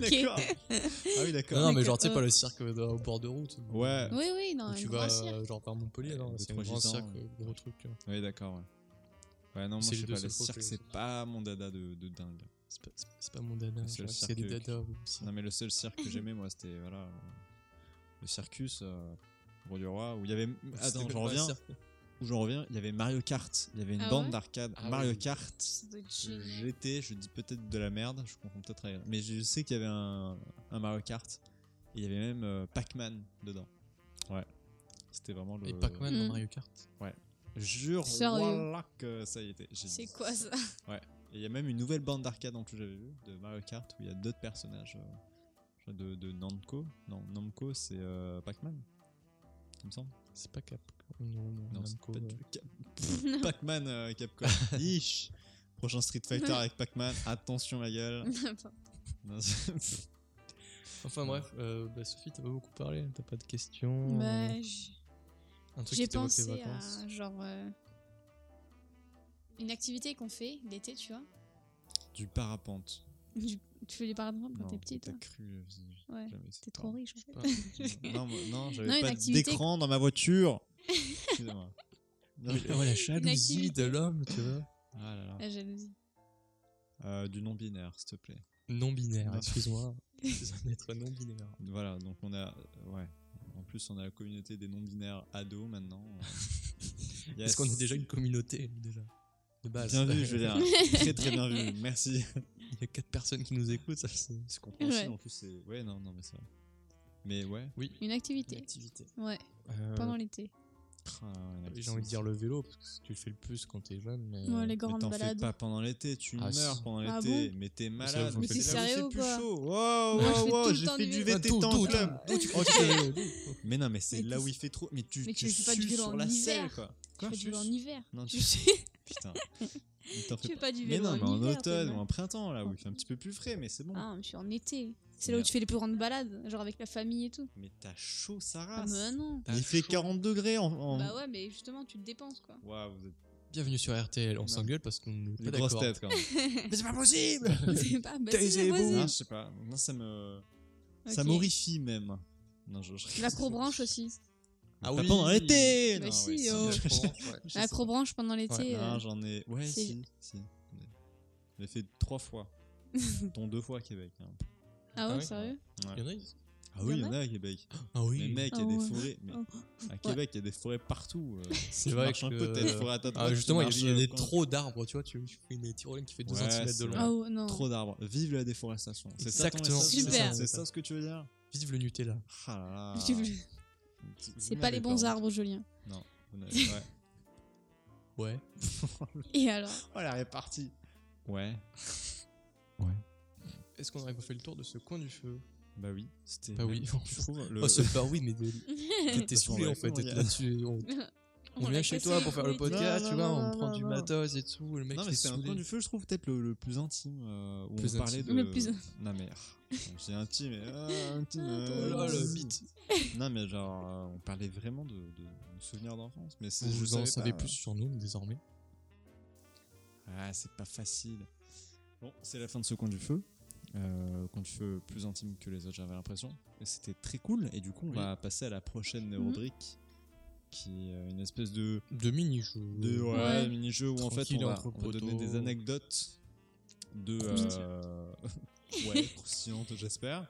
(laughs) D'accord. Ah oui, Non, d'accord. non, mais D'accord, genre, tu sais, pas ouais. le cirque euh, au bord de route. Ouais. Oui, oui, non, Où un tu gros vas cirque. euh, genre par Montpellier, non, Ouais, c'est deux, un trois grand gisants, cirque, ouais. euh, gros truc. euh. Oui, d'accord, ouais. Ouais, non, moi C'est je sais les deux pas, le seuls cirque, côtés. c'est pas mon dada de, de dingue. C'est pas, c'est- c'est pas mon dada, C'est le c'est des cirque. dadas. au (laughs) cirque. Non, mais le seul cirque que j'aimais, moi, c'était. Voilà. euh, le circus euh, Roi du Roi, où il y avait. C'était Attends, même j'en pas reviens. un cirque. Où j'en reviens, il y avait Mario Kart. Il y avait une Ah bande ouais d'arcade. Ah Mario oui. Kart. Ça doit être génial. GT, je dis peut-être de la merde, je comprends peut-être. rien. Mais je sais qu'il y avait un, un Mario Kart. Et il y avait même euh, Pac-Man dedans. Ouais. C'était vraiment le. Et Pac-Man Mm. dans Mario Kart. Jure, Sérieux voilà que ça y était. J'ai C'est dit. quoi ça Et il y a même une nouvelle bande d'arcade en plus j'avais vu de Mario Kart où il y a d'autres personnages euh, je crois de, de Namco. Non, Namco c'est euh, Pac-Man. Il me semble. C'est pas Cap. Non, non, Non, c'est Namco, pas euh, du- Cap- (laughs) (laughs) Pff, Pac-Man euh, Capcom. Ish. Prochain Street Fighter avec Pac-Man. Attention (laughs) la gueule. Bah, Non, c'est- (laughs) Enfin bref, euh, bah, Sophie, t'as pas beaucoup parlé, t'as pas de questions. euh, Bah, j- un truc J'ai qui t'évoque tes pensé vacances. à genre euh, une activité qu'on fait l'été, tu vois. (laughs) du parapente. Du- tu fais les parapentes quand Non, t'es petit, toi. T'as cru. euh, j'ai- Ouais. jamais- c'est T'es pas- trop riche. en fait. Non, moi- non, Non, j'avais une pas activité- d'écran dans (laughs) ma voiture. Excusez-moi. Non, Mais- oh, la jalousie activité. de l'homme, tu vois. Ah là là. La jalousie. Euh, du non-binaire, s'il te plaît. Non binaire, Non. excuse-moi. (laughs) C'est un être non binaire. Voilà, donc on a. Ouais. En plus, on a la communauté des non-binaires ados (laughs) maintenant. Est-ce qu'on est déjà une communauté déjà de base. Bien vu, Julien. (laughs) très très bien vu. Merci. (laughs) Il y a quatre personnes qui nous écoutent, ça c'est. C'est compréhensible Ouais. en plus. c'est- Ouais, non, non, mais ça. Mais ouais. Oui. (laughs) Une activité. activité. Ouais, pendant l'été. Ah, ouais, Euh, J'ai envie de dire le vélo parce que tu le fais le plus quand t'es jeune, mais Ouais, les Mais grandes t'en fais balades. pas pendant l'été, tu Ah, meurs si. pendant Ah l'été, bon mais t'es C'est là où malade. je me Mais fais t'es là où sérieux c'est ou plus quoi (laughs) chaud. Moi, je Wow, fais wow, tout wow, le j'ai temps fait du du vélo. VTT Tout, en tout, club. tout. tu- Oh, tu fais le (laughs) vélo. Mais non, mais c'est Mais là t'es- où il fait trop. Mais tu, Mais tu fais pas sues du vélo sur en la selle, hiver. quoi. Tu Quoi, fais tu du vélo en sues hiver. (laughs) Non, Je tu- sais. Putain. Mais t'en Tu fais fais pas du Mais vélo non, mais en hiver, t'es automne mal. ou en printemps, là où il fait un petit peu plus frais, mais c'est bon. Ah, mais je suis en été. C'est là où tu fais les plus grandes balades, genre avec la famille et tout. Mais t'as chaud, sa Ah, race. bah non. il fait 40 degrés en. en- Bah ouais, mais justement, tu te dépenses, quoi. Waouh, vous êtes Bienvenue sur RTL, on Non. s'engueule parce qu'on n'est des pas grosses d'accord. têtes quand même. (laughs) mais c'est pas possible C'est pas bah, si, Taisez-vous. vas-y. Non, je sais pas. Non, ça me. hein. Ça Ok. m'horrifie même. Non, je. je- L'acrobranche aussi. Ah T'as oui. pas pendant l'été Bah Non, si, ouais, (laughs) oh. je- (laughs) je- L'acrobranche pendant l'été. euh, Non, j'en ai. Ouais, c'est- si. si. J'ai fait (laughs) trois fois. Dont deux fois à Québec. hein. Ah Ah ouais, ouais sérieux Il y en a, ils- Ah oui, il Y y en en a à Québec. Ah Mais oui. mec, il y a Ah des ouais. forêts. mais Oh. À Québec, il y a des (laughs) forêts partout. euh. C'est Tu vrai marches un que- peu, t'as une forêt à ta droite, Ah tu justement, il y a- marches, il y a euh, des quand- trop d'arbres, tu vois, tu tu fais une tyrolienne qui fait 2 Ouais, cm c'est de long. vrai. Ah ouais, non. (laughs) Trop d'arbres. Vive la déforestation. C'est ça ton Exactement. message Super. C'est ça ce que tu veux dire Vive le Nutella. Ah là là. Vous C'est pas n'avez les bons honte. arbres, Julien. Vous n'avez- Ouais. Ouais. Et alors Oh, elle est partie. Ouais. Est-ce qu'on aurait pas fait le tour de ce coin du feu Bah oui. C'était. Bah oui. Je trouve le. Oh, ce bah oui, (laughs) mais de- t'es Parce qu'on saoulé va- en fait. on d'être y a- là-dessus. On, on l'a vient chez cassé toi les pour faire le couilles, tu podcast, Non, tu non, vois, on non, prend non, du non. matos et tout. Le mec, Non il mais est c'était un saoulé. coin du feu, je trouve peut-être le, le plus intime euh, où Plus on parlait intime. de. Le plus in- Non mais (laughs) ah, c'est intime, mais ah, intime. Ah, ton Oh euh, là, le zut. (laughs) mythe. Non mais genre euh, on parlait vraiment de, de, de souvenirs d'enfance, mais c'est- je Vous en savais savez pas, plus sur nous désormais. Ah, c'est pas facile. Bon, c'est la fin de ce coin du feu. Euh, coin du feu plus intime que les autres, j'avais l'impression. Et C'était très cool. Et du coup, on Oui. va passer à la prochaine Mhm. rubrique qui est une espèce de, De mini-jeux. de ouais, Ouais. mini-jeu où en fait Tranquille, on va, entre on va donner poteaux. des anecdotes de. euh, (laughs) ouais, croustillantes, j'espère.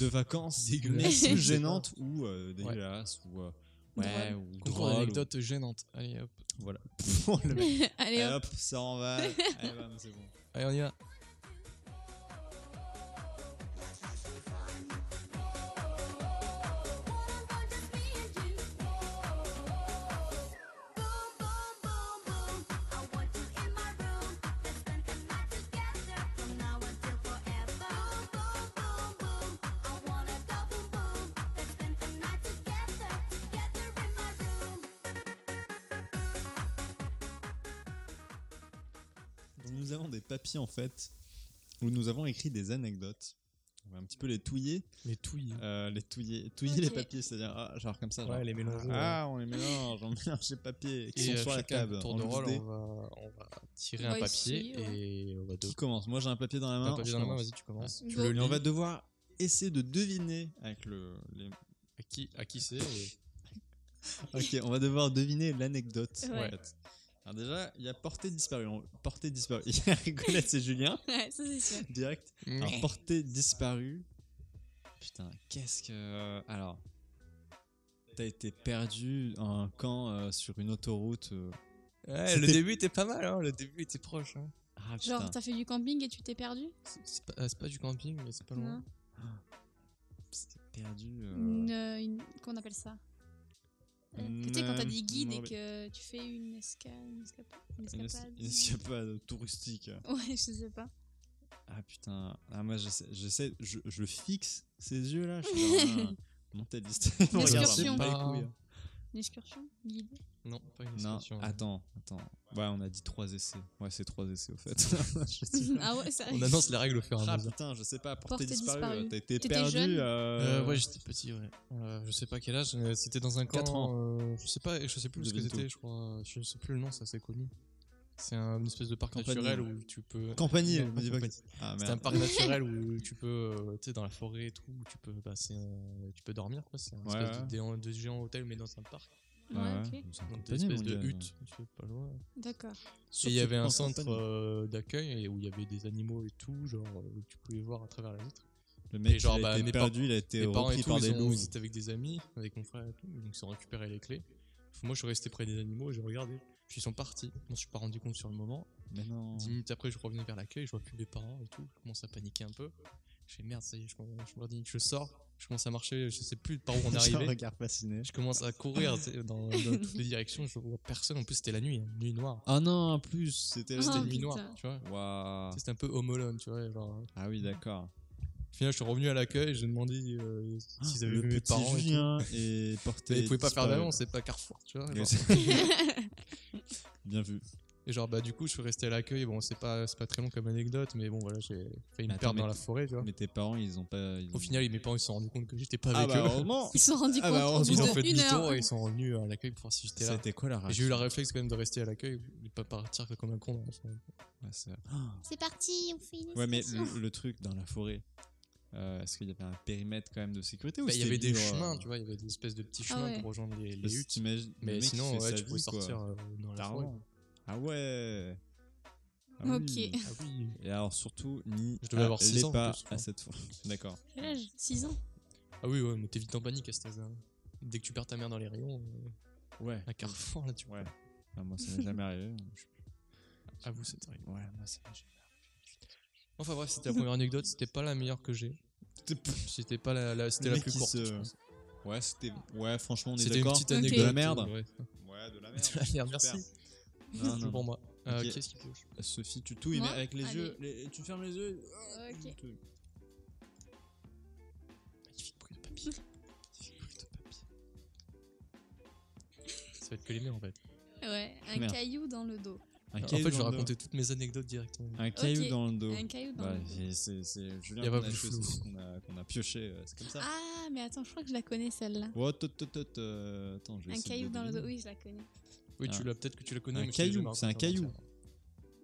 De (laughs) vacances Dégueulasses, mais je sais plus pas. gênantes ou euh, dégueulasses ou. euh, ouais, ou Concours drôles, ou- d'anecdotes gênantes. Allez hop. (laughs) Voilà. Oh, le mec. Allez Allez, hop. hop, ça en va. Allez, bam, c'est bon. Allez, on y va. Donc, nous avons des papiers en fait où nous avons écrit des anecdotes. On va un petit peu les touiller, Les touilles. euh, les touiller, touiller Ok. les papiers, c'est-à-dire ah, genre comme ça. Ouais, genre, les mélanger, Ah, on les mélange, on (laughs) mélange les papiers qui Et sont euh, sur la chacun, table. tour de en rôle, loose on dé. va, on va tirer On un va papier essayer, ouais. et on va deux. Qui commence Moi j'ai un papier dans la main. Un papier je dans la main, commence. vas-y, tu commences. Ouais. Tu Go. le Et on lis. va devoir essayer de deviner avec le. les- À qui, à qui c'est et- Ok, on va devoir deviner l'anecdote. en Ouais. fait. Alors déjà, il y a portée disparue. On- Portée disparue. (laughs) Il y a rigolette, c'est Julien (laughs) Ouais, ça c'est sûr. Ah. direct. euh, Alors, portée disparue. Putain, qu'est-ce que. Alors, t'as été perdu à un camp euh, sur une autoroute. euh. Ouais, C'était- le début était pas mal, hein, le début était proche. hein. Ah, Genre, putain. t'as fait du camping et tu t'es perdu C'est- C'est pas, ah, c'est pas du camping, mais c'est pas loin. Non. C'était perdu. euh, Une, euh, une- Qu'on appelle ça Euh, Tu sais, quand t'as des guides et Morbi- que tu fais une escale, une escapade. Une Une es- escapade une escapade touristique. Ouais, je sais pas. Ah putain, ah, moi j'essaie, j'essaie- je, je fixe ces yeux là, je suis ah, (laughs) un (laughs) mentaliste. Il me regarde, L'excursion. c'est pas les couilles. hein. Une excursion Guidée Non, pas une Non, Ah, Ah. excursion. attends, attends. Ouais, on a dit trois essais. Ouais, c'est trois essais au fait. (laughs) Je sais pas. Ah ouais, c'est On annonce les règles au fur et à Ah mesure. putain, je sais pas, Portée portée disparue. disparue. T'as été T'étais perdu. jeune euh, Euh, ouais, j'étais petit, ouais. Euh, je sais pas quel âge, mais c'était dans un camp. Quatre ans. euh, je sais pas, je sais plus ce que Devine c'était, tout. je crois. Je sais plus le nom, ça c'est connu. C'est un- une espèce de parc Campagne. naturel où tu peux. Campagnie, Non, me dis pas que- campagne. Ah C'est un merde. (laughs) parc naturel où tu peux, euh, tu sais, dans la forêt et tout, où tu peux, bah, c'est un- tu peux dormir, quoi. C'est un Ouais, espèce ouais. de, dé- de géant hôtel, mais dans un parc. Ouais, ok. c'est une Donc, une campagne, espèce mon de gars. hutte, je sais pas loin. D'accord. Et il y Surtout avait un en centre campagne. euh, d'accueil et où il y avait des animaux et tout, genre, euh, où tu pouvais voir à travers la vitre. Le mec, Et genre, il a bah, été mes perdu, il a été Mes parents et repris tout, par ils des ont- loups. c'était avec des amis, avec mon frère et tout, donc ils ont récupéré les clés. Moi, je suis resté près des animaux et j'ai regardé. Puis ils sont partis. Moi, je suis pas rendu compte sur le moment. Mais (laughs) non. (laughs) Dix minutes après, je revenais vers l'accueil, je vois plus mes parents et tout. Je commence à paniquer un peu. Je fais merde, ça y est, je, je me redis que je sors. Je commence à marcher, je sais plus par où (laughs) on est J'ai un arrivé. regard fasciné. Je commence à courir tu sais, dans, dans toutes les directions. Je vois personne. En plus, c'était la nuit, hein, nuit noire. Ah non, en plus, c'était. Oh, C'était nuit putain. noire, tu vois. Waouh. C'était un peu home alone, tu vois. Genre, Ah oui, d'accord. Au final, je suis revenu à l'accueil, j'ai demandé euh, s'ils avaient Ah, le vu mes petit parents. (laughs) et tout. Julien et porté. Mais ils pouvaient pas faire disparu. d'avance, c'est pas Carrefour, tu vois. genre. (laughs) Bien vu. Et genre, bah, du coup, je suis resté à l'accueil. Bon, c'est pas, c'est pas très long comme anecdote, mais bon, voilà, j'ai Mais failli me attends, perdre mais- dans la forêt, tu vois. Mais tes parents, ils ont pas. ils ont- Au final, mes parents, ils se sont rendus compte que j'étais pas ah avec bah eux. heureusement. Ils se sont rendus Ah compte bah, au bout (laughs) Ils ont de fait une demi-tour heure. et ils sont revenus à l'accueil pour voir si j'étais là. C'était quoi la Et réaction J'ai eu le réflexe quand même de rester à l'accueil et de pas partir comme un con. dans Bah, la forêt. Ouais, Ah, c'est- C'est parti, on finit. Ouais, mais le, le truc dans la forêt, euh, est-ce qu'il y avait un périmètre quand même de sécurité ou Bah, Il y c'était avait des libre, euh, chemins, tu vois, il y avait des espèces de petits Ah chemins ouais. pour rejoindre les, les parce que huttes. t'imagines, le Mais mec qui sinon, fait ouais, sa tu pouvais vie, quoi. sortir euh, dans la forêt. Tarant. Ah ouais. Ah Ok. oui. Ah oui. Et alors surtout, ni Je devais avoir six les ans, en pas plus, à je crois. cette fois. D'accord. Quel âge 6 ans Ah oui, ouais, mais t'es vite en panique à cet âge-là. Dès que tu perds ta mère dans les rayons, euh, Ouais. à Carrefour, là, tu vois. Ouais. Ah, moi, ça m'est jamais arrivé. Je- Ah, vous, c'est terrible. Ouais, moi, ça m'est jamais Enfin, (laughs) bref, c'était la première anecdote. C'était pas la meilleure que j'ai. arrivé. C'était pas la, la- c'était Le la mec plus qui courte. se- je pense. Ouais, c'était. Ouais, franchement, on est C'était une d'accord. petite Ok. anecdote. euh, De la merde. ouais. Ouais, de la De (laughs) la merde, Super. merci. Non, non. pour moi. Euh, Ok. Qu'est-ce qui pioche Sophie, tu touilles, Moi mais avec les Allez. yeux. les- Tu fermes les yeux. Ok. Tu- Magnifique bruit de papier. Magnifique bruit de papier. Ça va être que les miens en fait. Ouais, un Merde. caillou dans le dos. Un en fait, caillou je dans le vais dos. Ah. raconter toutes mes anecdotes directement. Un caillou Ok. dans le dos. Un caillou dans Bah, le dos. c'est- c'est c'est Julien Y a pas qu'on a plus fait, flou. c'est ce qu'on a, qu'on a pioché, euh, c'est comme ça. Ah, mais attends, je crois que je la connais celle-là. Oh, tot, tot, tot, euh, attends, je vais Un essayer de caillou dans le dos, deviner. oui, je la connais. Oui, Ah. tu l'as peut-être que tu la connais. Un mais je te l'ai caillou, jamais c'est un raconté caillou. entièrement.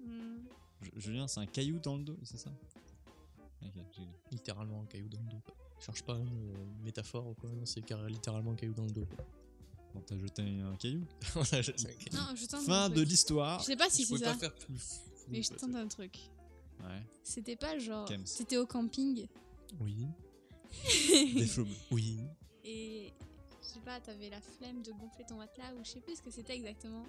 Hmm. Ju- Julien, c'est un caillou dans le dos, c'est ça Ok, j'ai- Littéralement un caillou dans le dos. quoi. Je cherche pas une euh, métaphore ou quoi. Non, c'est car- littéralement un caillou dans le dos. (laughs) quoi. Bon, t'as jeté un caillou. Voilà, je- c'est un caillou. Non, je tente Fin un de truc. l'histoire. Je sais pas si Je c'est pouvais pas ça, faire plus. fou, mais je quoi, tente un truc. Ouais. C'était pas genre. Kems. C'était au camping c'est- Oui. (laughs) Des floubles. Oui. et. Je sais pas, t'avais la flemme de gonfler ton matelas ou je sais plus ce que c'était exactement.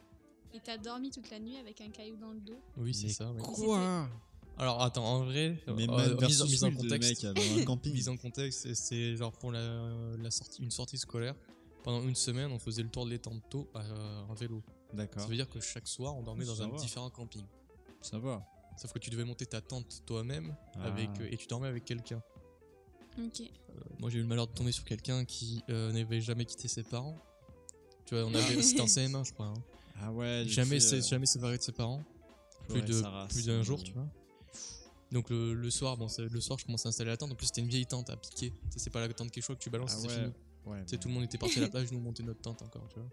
Et t'as dormi toute la nuit avec un caillou dans le dos. Oui, c'est Mais ça. ouais. Quoi Alors attends, en vrai, Mais euh, man mise, en- versus mise en wild, le mec, contexte, (laughs) hein. dans un camping. mise en contexte, c'est- c'est genre pour la, la sortie, une sortie scolaire. Pendant une semaine, on faisait le tour de l'étang de Thau à- euh, en vélo. Ça D'accord, veut dire que chaque soir, on dormait Ça dans un va. différent camping. ça va. Sauf que tu devais monter ta tente toi-même Ah. avec euh, et tu dormais avec quelqu'un. hein Ok. Moi, j'ai eu le malheur de tomber sur quelqu'un qui euh, n'avait jamais quitté ses parents. Tu vois, on avait, c'était en CM1, je crois. hein. Ah ouais, les Jamais, filles, sé- jamais séparé de ses parents. euh, plus ouais, euh. de Sarah, plus c'est- d'un jour, tu vois. Donc le, le soir, bon, c'est- le soir, je commence à installer la tente. En plus, c'était une vieille tente à piquer. Ça, c'est pas la tente qui est chaude que tu balances, Ah c'est ouais, fini. ouais. Tu sais, tout le monde était parti à la plage, nous on montait notre tente encore, tu vois.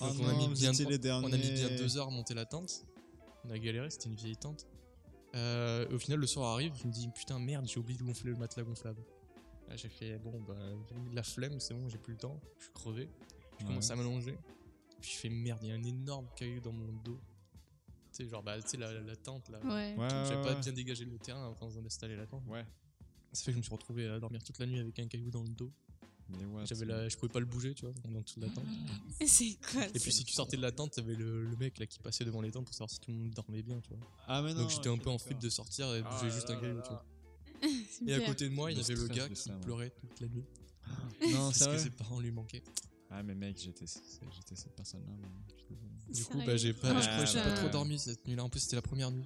Ah Donc, non, vous étiez les derniers. on a mis bien deux heures à monter la tente. On a galéré, c'était une vieille tente. Euh, au final, le soir arrive, je me dis putain merde, j'ai oublié de gonfler le matelas gonflable. Là, j'ai fait bon bah la flemme, c'est bon, j'ai plus le temps, je suis crevé. Je Ouais. commence à m'allonger. Puis je fais merde, il y a un énorme caillou dans mon dos. Tu sais, genre, bah, tu sais, la, la- la tente là. Ouais. Ouais, J'avais ouais, pas ouais. bien dégagé le terrain avant d'installer la tente. Ouais. Ça fait que je me suis retrouvé à dormir toute la nuit avec un caillou dans le dos. Mais ouais, J'avais la- je pouvais pas le bouger, tu vois, dans toute la tente. (laughs) C'est quoi Et puis si tu sortais de la tente, t'avais le, le mec là qui passait devant les tentes pour savoir si tout le monde dormait bien, tu vois. Ah, mais non. Donc j'étais un ok, peu en d'accord. flip de sortir et de Ah bouger là juste un là caillou, là tu là. vois. Et à côté de moi, il y Le avait le stress Ah, gars de qui ça, moi. pleurait toute la nuit (laughs) Non, parce que sérieux ses parents lui manquaient. Ah, mais mec, j'étais j'étais cette personne-là. mais je suis désolé. Du coup, bah, j'ai pas, je Ah, crois que j'ai pas bah. trop dormi cette nuit-là. En plus, c'était la première nuit.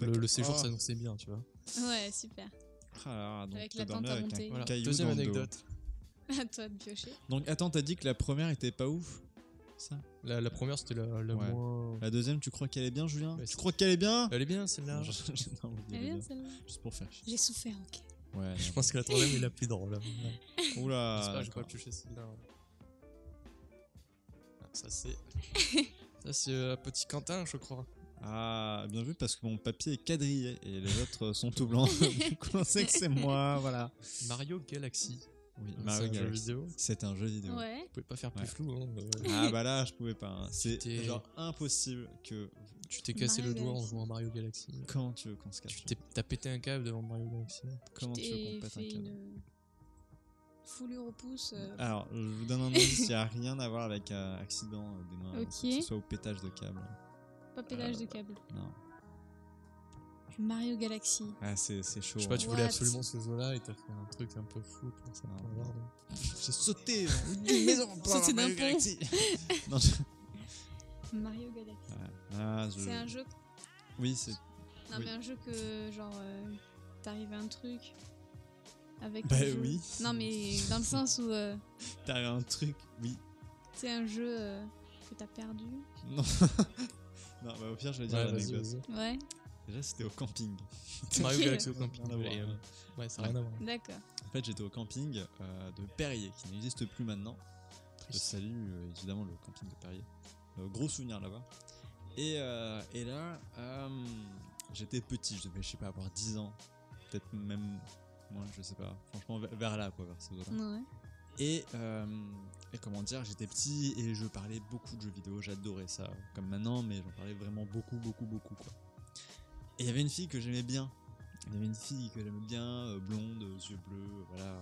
Le, D'accord. le séjour Oh. s'annonçait bien, tu vois. Ouais, super. (laughs) Ah là là, donc Avec t'as la dormi tente à avec un monter. Voilà. caillou Deuxième dans le dos. anecdote. À toi de piocher. Donc attends, t'as dit que la première était pas ouf ça La, la première, c'était la, la Ouais. moins. La deuxième, tu crois qu'elle est bien, Julien Ouais, Tu c'est- Euh, crois qu'elle est bien Elle est bien (laughs) celle-là. Non, je- je- non, vous Elle est allez bien, bien. celle-là Juste pour faire chier. J'ai souffert, ok. Ouais. Je pense que la troisième est la plus (laughs) drôle. non. Oula. J'espère que je vais pas d'accord. piocher celle-là. hein. Ah, (laughs) Ça, c'est. Ça, c'est euh, Petit Quentin, je crois. Ah, bien vu parce que mon papier est quadrillé et les autres sont (laughs) tout blancs. Donc on sait que c'est moi, voilà. Mario Galaxy. Oui, C'est Mario un jeu Galaxy. vidéo. Vous C'est un jeu vidéo. Ouais. pouvez pas faire plus Ouais. flou. hein, euh, Ah bah là, je pouvais pas. hein. C'est C'était- genre impossible que Tu t'es cassé Mario le doigt en Galaxy. jouant à Mario Galaxy. quand tu veux qu'on se Tu cache. t'es- t'as pété un câble devant Mario Galaxy. Comment tu veux T'es qu'on pète un fait câble Ah. une foulure au pouce. euh, Alors, je vous donne un indice, il n'y a rien à voir avec euh, accident euh, des mains, Ok. que ce soit au pétage de câble. Pas pédage de câble. Non. Mario Galaxy. Ah, c'est c'est chaud. Je sais pas, hein. tu voulais What absolument ce jeu-là et t'as fait un truc un peu fou pour ça. Ah, pour avoir, hein. J'ai sauté (laughs) d'une maison en plein Sauté d'un dans Mario pont. (laughs) Galaxy. Non, je- Mario Galaxy. Ah, je- C'est un jeu. Oui, c'est. Non, Oui. mais un jeu que, genre, euh, t'arrives à un truc. Avec. Bah le jeu. oui. Non, mais dans le sens où euh, T'as un truc. Oui. c'est un jeu euh, que t'as perdu. Non. (laughs) non, bah au pire, je vais dire Ouais, vas-y, l'anecdote. vas-y. Ouais. Déjà, c'était au camping. (laughs) Mario Ok. Galaxy au camping. Rien à voir. Et, euh, Ouais, ça n'a rien à voir. D'accord. En fait, j'étais au camping euh, de Perrier, qui n'existe plus maintenant. Je salue euh, évidemment le camping de Perrier. Euh, gros souvenir là-bas. Et, euh, et là, euh, j'étais petit, je devais, je sais pas, avoir 10 ans. Peut-être même moins, je sais pas. Franchement, vers, vers là, quoi, vers ces eaux-là. Ouais. Et, euh, et comment dire, j'étais petit et je parlais beaucoup de jeux vidéo, j'adorais ça, comme maintenant, mais j'en parlais vraiment beaucoup, beaucoup, beaucoup, quoi. Et il y avait une fille que j'aimais bien. Il y avait une fille que j'aimais bien, euh, blonde, euh, yeux bleus, euh, voilà. euh,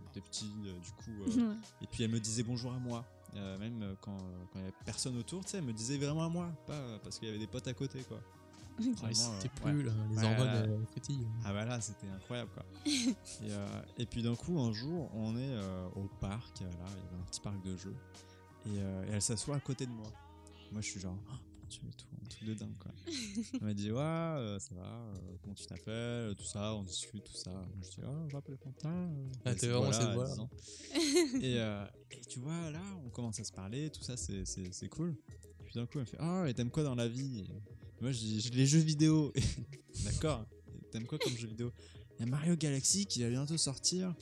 on était petit, euh, du coup. euh, Ouais. (laughs) et puis elle me disait bonjour à moi. Euh, même euh, quand euh, quand il n'y avait personne autour, tu sais, elle me disait vraiment à moi. Pas euh, parce qu'il y avait des potes à côté, quoi. Ah, Vraiment, c'était euh, plus là, les Ouais, hormones là. euh, frétillent. ah bah là, c'était incroyable quoi. et, euh, et puis d'un coup, un jour, on est euh, au parc, euh, là, il y avait un petit parc de jeux, et, euh, et elle s'assoit à côté de moi. Moi, je suis genre, oh, mon Dieu, et tout, un truc de dingue quoi. elle m'a dit, ouais, euh, ça va, euh, comment tu t'appelles, tout ça, on discute, tout ça. Moi, je dis, oh, je m'appelle Quentin. euh, Ah, avec t'es cette vraiment voix-là, cette à voix-là. 10 ans. et, euh, et tu vois, là, on commence à se parler, tout ça, c'est- c'est c'est cool. Puis d'un coup, elle me fait Ah, et t'aimes quoi dans la vie Et Moi, je dis J'ai Les jeux vidéo. D'accord. Et T'aimes quoi comme jeu vidéo Il y a Mario Galaxy qui va bientôt sortir.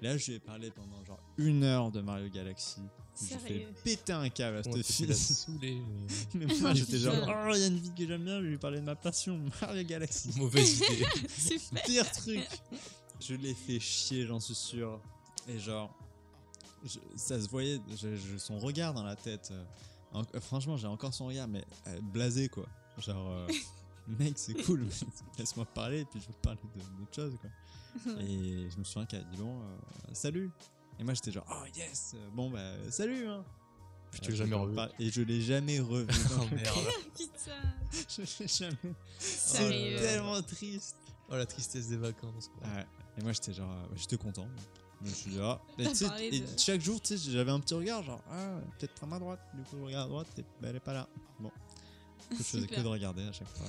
Là, je lui ai parlé pendant genre une heure de Mario Galaxy. J'ai fait Sérieux péter un câble à Ouais, cette (laughs) tu fille. l'as saoulé. euh, Mais moi, j'étais genre Putain. Oh, il y a une vie que j'aime bien, je vais lui parler de ma passion, Mario Galaxy. (laughs) Mauvaise idée. Super. Pire truc Je l'ai fait chier, j'en suis sûr. Et genre, je- ça se voyait, je- je- son regard dans la tête. euh, en- euh, franchement, j'ai encore son regard, mais euh, blasé quoi. Genre, euh, mec, c'est cool, mais (laughs) laisse-moi parler, puis je vais te parler de- d'autre chose quoi. Et je me souviens qu'elle a dit bon, euh, salut. Et moi j'étais genre, oh yes, euh, bon bah salut hein. Puis tu l'as jamais Et je revu. par- Et je l'ai jamais revu. (laughs) Oh merde. Putain. (laughs) je l'ai jamais. C'est Sérieux. tellement triste. Oh la tristesse des vacances. quoi. Ouais. Et moi j'étais genre, euh, j'étais content. Je me suis dit, (laughs) ah. Et, T'as tu sais, parlé et de- chaque jour, tu sais, j'avais un petit regard, genre, ah, peut-être pas à droite. Du coup, je regarde à droite, et ben, elle est pas là. (laughs) Bon. Du coup, je faisais que Super. de regarder (laughs) à chaque fois.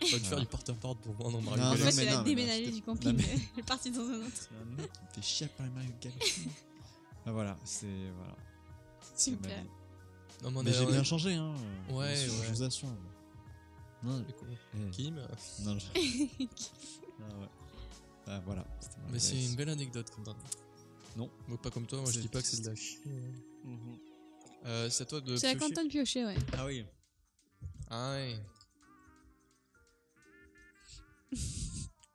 On va te faire Voilà. du porte-à-porte pour vendre en Non, Mario non, En fait, Galaxy. mais elle a non, mais non, déménagé c'était- du camping. non, mais- Elle est partie dans un autre. C'est un mec qui me fait chier à parler Mario (laughs) Galaxy. ah, voilà, c'est. Voilà. c'est ma Super. vie. Non, mais on Mais est- j'ai on est- bien changé, hein. euh, Ouais, je- ouais. Je vous assure. Non, eh, Kim. non, je- (laughs) (laughs) ah, ouais. Ah, voilà. c'était Mario Mais c'est Galaxy. une belle anecdote, Quentin. Non. Donc, pas comme toi, moi je C'est dis pas que c'est de la triste. chie. Euh, c'est à toi de. C'est la piocher. Quentin de piocher, ouais. Ah oui. Ah ouais.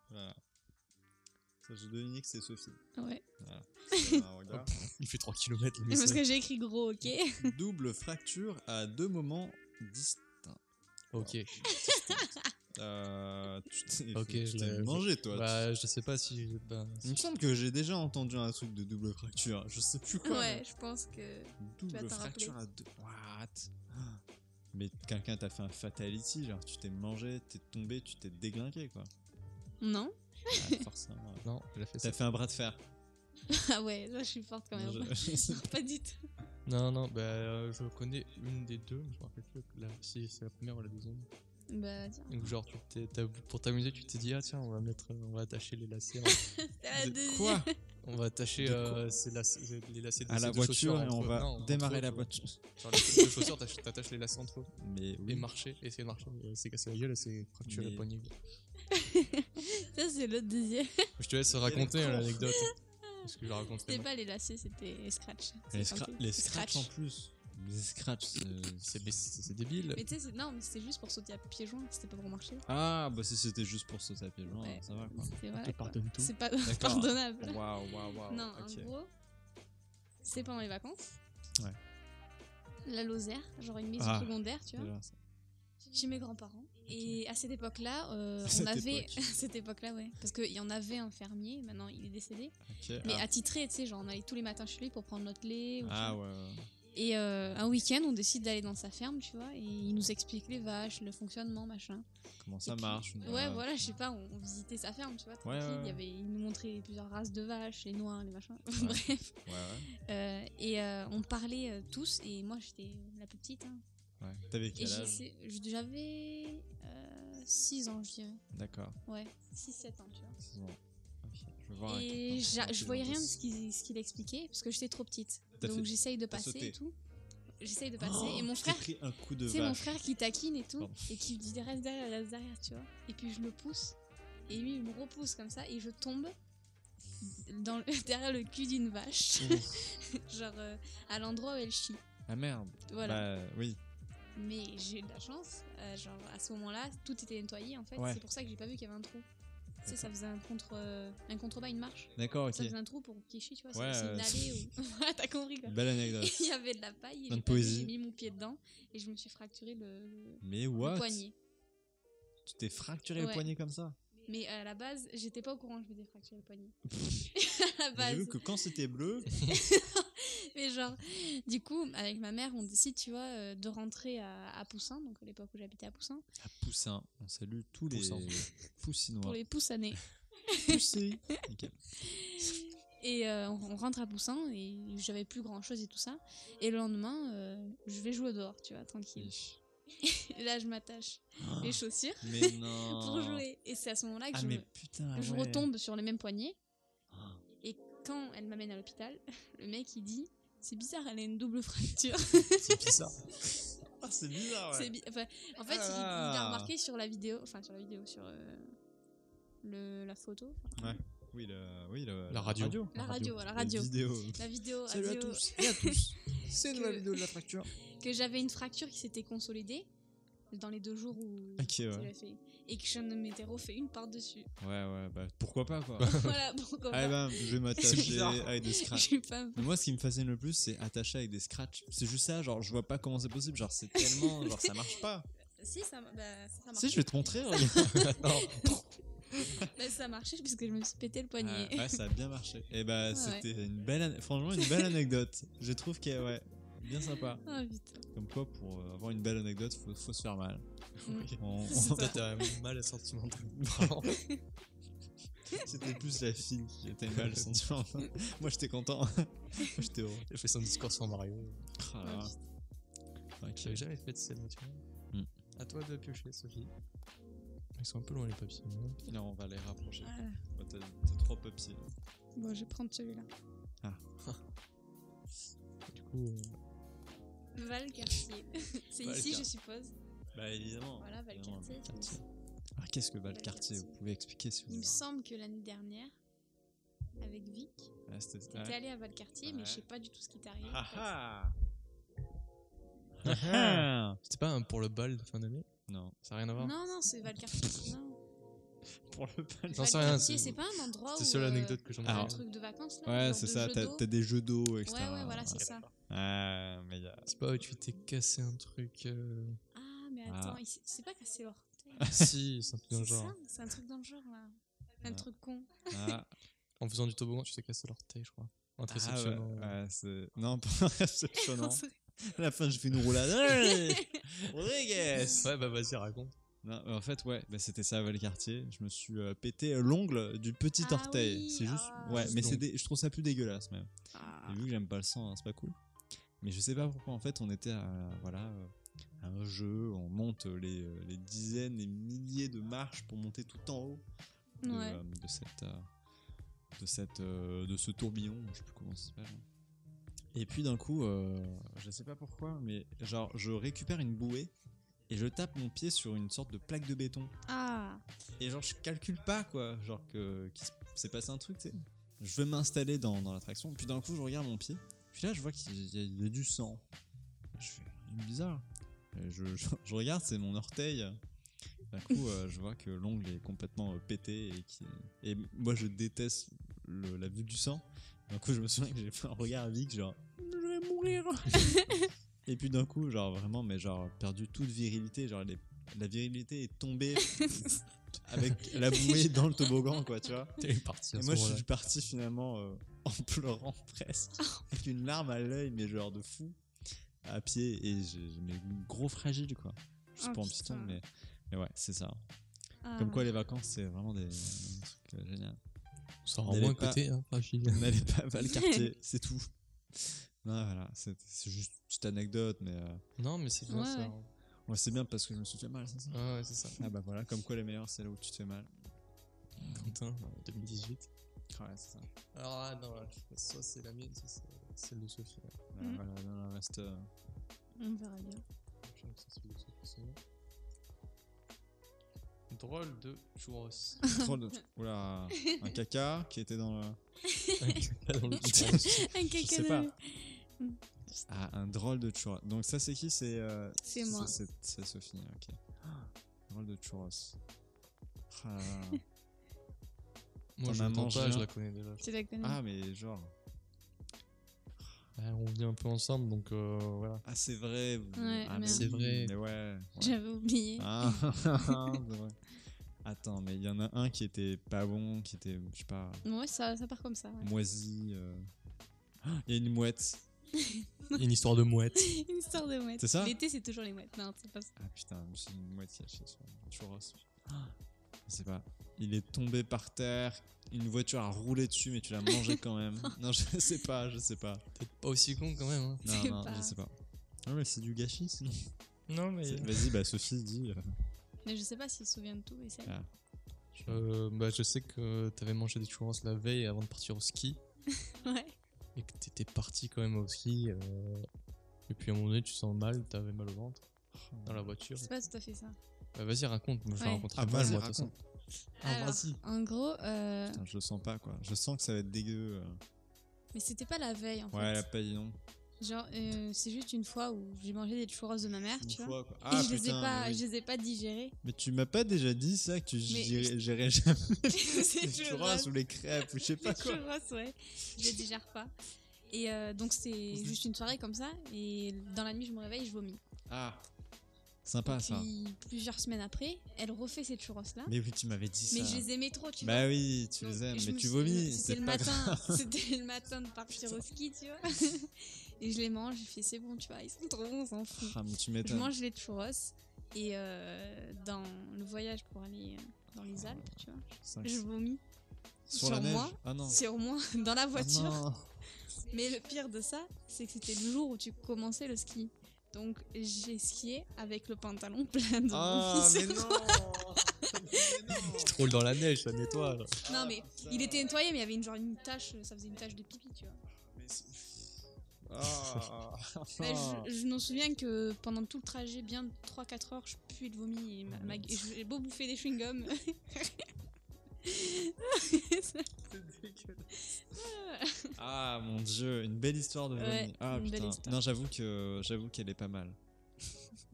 Voilà. Ça, j'ai deviné que (laughs) c'est Sophie. Ouais. Elle a un regard. (laughs) Il fait 3 km le Mais parce message. que j'ai écrit gros, ok (laughs) Double fracture à deux moments distincts. Ok. Euh, tu t'es (laughs) Ok, tu je t'es l'ai- mangé, toi. Bah, je sais pas si. Bah, Il me semble que j'ai déjà entendu un truc de double fracture. Je sais plus quoi. Ouais, mais- je pense que. vas Double t'en rappeler. fracture à deux. What Ah. Mais quelqu'un t'a fait un fatality, genre tu t'es mangé, t'es tombé, tu t'es déglingué, (laughs) quoi. Non Ah, forcément. ouais. non, je l'ai fait ça. T'as fait un bras de fer. Ah ouais, là je suis forte quand même. (laughs) Je- je- (laughs) Pas du tout. Non, non, bah, euh, je connais une des deux, mais je me rappelle plus la- si c'est la première ou la deuxième. Bah tiens. Ou genre, tu t'es- t'as- pour t'amuser, tu t'es dit, ah tiens, on va, mettre, on va attacher les lacets. Ah, De- deuxième. (laughs) Quoi on va attacher De quoi euh, ces lacets- les lacets de À la ces deux voiture chaussures et on entre- va non, entre démarrer eux, la tu vois. voiture. Genre, les deux chaussures, t'ach- t'attaches les lacets entre eux Mais et oui. marcher, essayer de marcher. et C'est cassé la gueule et c'est fracturé Mais- la poignée. (laughs) Ça c'est le deuxième. Je te laisse raconter hein, (laughs) l'anecdote. Parce que je la raconterai. C'était moi. pas les lacets, c'était les scratchs. les, C'est scra- tranquille. les Scratch. scratchs en plus. Les scratchs. c'est- C'est (laughs) mais c'est- c'est débile. Mais tu sais, c'est- non, mais c'était juste pour sauter à pieds joints, c'était pas pour marcher. Ah, bah si c'était juste pour sauter à pied joint, Ouais. ça va quoi. C'était voilà. quoi. pardonne tout. C'est pas D'accord. (laughs) Ah bah, pardonnable. (laughs) Waouh, waouh, waouh. non, en gros, c'est pendant les vacances. Ouais. La Lozère, genre une mise Ah. secondaire, tu vois, Déjà, ça. chez mes grands-parents. Et à cette époque-là, euh, on Cette avait. (laughs) époque. cette époque-là, ouais. Parce qu'il y en avait un fermier, maintenant il est décédé. Ok, Mais ah. attitré, tu sais, genre on allait tous les matins chez lui pour prendre notre lait. ou Ah tu vois. ouais, ouais. Et euh, un week-end, on décide d'aller dans sa ferme, tu vois, et il nous explique les vaches, le fonctionnement, machin. Comment Et ça puis- marche une Ouais, base. voilà, je sais pas, on, on visitait sa ferme, tu vois, Ouais, tranquille, ouais, Il, y ouais. avait, il nous montrait plusieurs races de vaches, les noirs, les machins, (laughs) Ouais. bref. Ouais, ouais. Euh, et euh, on parlait euh, tous, et moi j'étais la plus petite. hein. ouais. T'avais et quel je âge sais- je- j'avais 6 ans, je dirais. D'accord. Ouais, 6-7 ans, tu vois. C'est bon. Ok, Je vais voir à et quel point j'a- c'est je voyais rien de intelligent. ce qu'il ce qu'il expliquait, parce que j'étais trop petite. T'as Donc fait- j'essaye de t'as passer sauté. et tout. J'essaye de passer, Oh, et mon je t'ai frère pris un coup de C'est mon vache. frère qui taquine et tout, Pardon. et qui me dit reste derrière, reste derrière, tu vois. Et puis je le pousse, et lui il me repousse comme ça, et je tombe dans le- (laughs) derrière le cul d'une vache, (laughs) Ouf. genre euh, à l'endroit où elle chie. Ah merde. Voilà. Bah, oui. Mais j'ai eu de la chance, euh, genre à ce moment-là, tout était nettoyé en fait, Ouais. c'est pour ça que j'ai pas vu qu'il y avait un trou. Tu sais, ça faisait un contre euh, un contrebas, une marche. D'accord, Ça ok. faisait un trou pour qu'il chie, tu vois. Ouais, c'est euh, une allée ou. (laughs) Voilà, T'as compris quoi. Belle anecdote. (laughs) Il y avait de la paille, et Plein j'ai de pas vu, poésie. j'ai mis mon pied dedans, et je me suis fracturé le, le- Mais le what poignet. Tu t'es fracturé le Ouais. poignet comme ça Mais à la base, j'étais pas au courant que je m'étais fracturé le poignet. (laughs) à la J'ai base. vu que quand c'était bleu, (laughs) Mais genre, du coup, avec ma mère, on décide, tu vois, euh, de rentrer à, à Poussin, donc à l'époque où j'habitais à Poussin, Ah, Poussin, on salue tous Poussin. les (laughs) poussinois. pour les Poussanais. poussés. Nickel. Et euh, on, on rentre à Poussin et j'avais plus grand chose et tout ça. Et le lendemain, euh, je vais jouer dehors, tu vois, tranquille. Et là, je m'attache Ah, les chaussures Mais non. (laughs) pour jouer. Et c'est à ce moment-là que Ah je, mais me- putain. je ouais. retombe sur les mêmes poignets. Ah. Et quand elle m'amène à l'hôpital, (laughs) le mec il dit C'est bizarre, elle a une double fracture. (laughs) C'est bizarre. Ah, c'est bizarre. C'est Ouais. bi- enfin, en fait, il- il, Ah. a remarqué sur la vidéo, enfin sur la vidéo, sur euh, le, la photo, Oui, le, oui, le, La radio. la radio, la La radio, vidéo. la vidéo (laughs) Salut à radio, tous et (laughs) à tous. C'est Que- nous la vidéo de (laughs) la fracture. que j'avais une fracture qui s'était consolidée dans les deux jours (laughs) où Ok, ouais. j'avais fait, et que je ne m'étais refait une par (laughs) dessus. Ouais, ouais, bah pourquoi pas quoi. voilà, pourquoi Allez, (laughs) pas. ben, je vais m'attacher bizarre. avec des Je (laughs) scratchs. suis pas. Mais moi, ce qui me fascine le plus, c'est attaché avec des scratchs. C'est juste ça, genre, je vois pas comment c'est possible. Genre, c'est tellement. genre, ça marche pas. Si ça, bah, ça marchait. Si, je vais (laughs) te montrer, regarde. Non. Bah, ça marchait parce que je me suis pété le poignet. (laughs) Ah, ouais, ça a bien marché. Et bah, Ouais, c'était une belle. an- Franchement, une belle anecdote. je trouve qu'elle ouais, bien sympa. Ah, putain. Comme quoi, pour euh, avoir une belle anecdote, faut, faut se faire mal. Mm. (laughs) On- C'est on- ça. (laughs) Toi, t'as un mal sentiment. (laughs) Vraiment. C'était plus la fille qui était mal sentiment. (laughs) Moi, j'étais content. Moi, j'étais heureux. J'ai fait son discours sur Mario. Ah, Ah, là là. putain. Ok. J'avais jamais fait de scène naturelle. Hmm. À toi de piocher, Sophie. Ils sont un peu loin les papiers. hein. non Non, on va les rapprocher. Ah. Bah, T'as t'as trois papiers. Bon, je vais prendre celui-là. Du coup, euh, Valcartier. (laughs) C'est ici, Valcartier. je suppose. Bah, évidemment. Voilà, Évidemment, Valcartier. Valcartier. Alors, qu'est-ce que Valcartier Valcartier. Vous pouvez expliquer si vous Il me semble que l'année dernière, avec Vic, Ah, c'était- t'étais ouais. allé à Valcartier, mais je Ouais. sais pas du tout ce qui t'est arrivé. en Ah fait. ah (laughs) Ah ah euh, (laughs) c'était pas un pour le bal de fin d'année Non, Ça n'a rien à voir Non, non, c'est (laughs) Valcartier. non, pour le bal. J'en sais rien, Valcartier, c'est- c'est pas un endroit où. C'est seule euh, anecdote que j'en ai. t'as Ah. un truc de vacances là. Ouais, genre c'est de ça, jeux t'as d'eau. t'as des jeux d'eau, Ouais, etc. ouais, voilà, c'est ça. Ah, mais y a- C'est pas où tu t'es cassé un truc. euh, (laughs) Ah, mais attends, il s- c'est pas cassé l'orteil. si, c'est un truc dans C'est le genre. ça, c'est un truc dans le genre là. Un Ouais. truc con. Ah, En faisant du toboggan, tu t'es cassé l'orteil, je crois. En te ah ouais, réceptionnant. ouais, c'est- Non, (laughs) pas (laughs) réceptionnant. On se- À la fin, je fais une roulade. Hey Rodriguez Ouais, bah vas-y, raconte. Non, mais en fait, ouais, bah, c'était ça, Valcartier. Je me suis euh, pété l'ongle du petit Ah orteil. oui, c'est juste. ah. Ouais, Juste mais c'est l'ongle. des- je trouve ça plus dégueulasse, même. Ah. Et vu que j'aime pas le sang, hein, c'est pas cool. Mais je sais pas pourquoi, en fait, on était à, voilà, euh, à un jeu, on monte les, euh, les dizaines et milliers de marches pour monter tout en haut de, Ouais. euh, de cette, euh, de, cette, euh, de ce tourbillon, je sais plus comment ça s'appelle. Et puis d'un coup, euh, je sais pas pourquoi, mais genre, je récupère une bouée et je tape mon pied sur une sorte de plaque de béton. Ah. Et genre, je calcule pas, quoi. Genre, que qu'il s- s'est passé un truc, tu sais. Je veux m'installer dans, dans l'attraction, puis d'un coup, je regarde mon pied. Puis là, je vois qu'il y, a- il y a du sang. Je fais c'est bizarre. Et Je, je- (laughs) je regarde, c'est mon orteil. D'un coup, euh, je vois que l'ongle est complètement euh, pété et, qui, et moi, je déteste le- la vue du sang. D'un coup, je me souviens que j'ai fait un regard avide, genre, je vais mourir. et puis d'un coup, genre vraiment, mais genre perdu toute virilité, genre les- la virilité (laughs) est tombée avec la bouée dans le toboggan, quoi, tu vois. (laughs) T'es parti. Et à ce moi, je moment-là. suis parti finalement euh, en pleurant (laughs) presque, avec une larme à l'œil, mais genre de fou, à pied, et j'ai j'ai mes gros fragiles, quoi. Je suis Oh, pas en piston, putain. mais, mais ouais, c'est ça. ah. Comme quoi, les vacances, c'est vraiment des, des trucs euh, géniaux. Ça on rend moins n'avait côté, hein, fragile. On n'allait (laughs) pas à le quartier, c'est tout. Non, voilà, c'est c'est juste une petite anecdote, mais euh, (laughs) Non, mais c'est bien Ouais, ça. ouais. hein. on le sait bien parce que je me suis fait mal, c'est ça Ouais, ouais, c'est ça. Ah bah voilà, comme quoi les meilleurs, c'est là où tu te fais mal. Quentin, en 2018. Ouais, c'est ça. Alors, ah, non, ouais, soit c'est la mienne, soit c'est celle de Sophie. ouais. Voilà, Mhm. voilà, non, non, (laughs) reste. euh, On verra bien. Je pense que c'est celle de Sophie, c'est bon. Drôle de churros. Trop de- Oula, (laughs) un caca qui était dans le. (laughs) Dans (laughs) le Un (laughs) churros. caca Je sais de- pas. Ah, un drôle de churros. Donc ça, c'est qui C'est euh, C'est moi. C'est c'est Sophie, ok. (gasps) Ah, drôle de churros. Ah, là (laughs) là là. Moi, T'en je as l'entends mangé pas, je un la connais déjà. C'est la connerie. Ah, mais genre... Ouais, on vit un peu ensemble, donc euh, voilà. Ah, c'est vrai. vous- Ouais, ah, merde. mais C'est oui, vrai. Mais ouais. ouais. J'avais oublié. Ah, (laughs) (laughs) c'est vrai. Attends, mais il y en a un qui était pas bon, qui était, je sais pas, Ouais, ça, ça part comme ça. (laughs) ouais. moisi. euh. (gasps) Ah, Il y a une mouette. Une histoire de mouette. (laughs) Une histoire de mouettes. C'est ça L'été, c'est toujours les mouettes. Non, c'est pas ça. Ah putain, c'est une mouette cachée sur un churros. Ah, Je sais pas. Il est tombé par terre. Une voiture a roulé dessus, mais tu l'as (laughs) mangé quand même. Non, je sais pas, je sais pas. Peut-être pas aussi con quand même. hein. Non, sais non, pas. je sais pas. Non, mais c'est du gâchis sinon. Non, mais. C'est- Vas-y, bah Sophie dit. euh, Mais je sais pas s'ils se souviennent de tout, mais ça. Ah. Euh, bah, je sais que t'avais mangé des churros la veille avant de partir au ski. Ah. Ouais. Et que t'étais parti quand même au ski. euh, Et puis à un moment donné, tu te sens mal, t'avais mal au ventre dans la voiture. C'est pas tout à fait ça. Bah, vas-y, raconte. Moi, je la Ouais. raconterai Ah, pas, vas-y, moi, de toute façon. raconte. Ah, Alors, vas-y. en gros, euh, Putain, je le sens pas quoi. Je sens que ça va être dégueu. euh. mais c'était pas la veille en Ouais, fait. la paille non. Genre, euh, c'est juste une fois où j'ai mangé des churros de ma mère, Une tu vois. fois, quoi. Ah, et je les ai putain, pas, oui. je les ai pas (laughs) digérés. (laughs) Mais tu m'as pas déjà dit ça que tu Mais- gérais (laughs) gérais jamais c'est les churros ou les crêpes ou je (laughs) sais pas Les quoi. churros, ouais. Je les digère pas. Et euh, donc c'est juste une soirée comme ça. Et dans la nuit, je me réveille, je vomis. Ah, sympa Ah, ça. Puis plusieurs semaines après, elle refait ces churros là. Mais, Mais oui, tu m'avais dit ça. je les aimais trop, tu vois. Bah oui, tu Donc, les aimes, je mais me tu suis- vomis. C'était c'est le pas matin, grave. (laughs) c'était le matin de partir au ski, tu vois. et je les mange, je fais c'est bon, tu vois, ils sont trop bons, on s'en fout. Ah, mais Je tu m'étonnes. mange les churros et euh, dans le voyage pour aller euh, dans les Alpes, tu vois, Cinq- je vomis Sur la sur neige moi, Ah non. sur moi (laughs) dans la Ah voiture. non. Mais le pire de ça, c'est que c'était le jour où tu commençais le ski. Donc j'ai skié avec le pantalon plein de Ah, vomi mais sur (laughs) non Mais non. Tu roules dans la neige, ça nettoie. là. Non mais il était nettoyé mais il y avait une genre une tache, ça faisait une tache de pipi tu vois. Mais (laughs) c'est- Ah. Mais Bah, je je m'en souviens que pendant tout le trajet, bien 3-4 heures, je puais de vomi et, ma- ma- et j'ai beau bouffer des (laughs) chewing-gums. Ah, mon dieu, une belle histoire de vomi. Ouais, ah une belle putain. histoire. Non, j'avoue que j'avoue qu'elle est pas mal.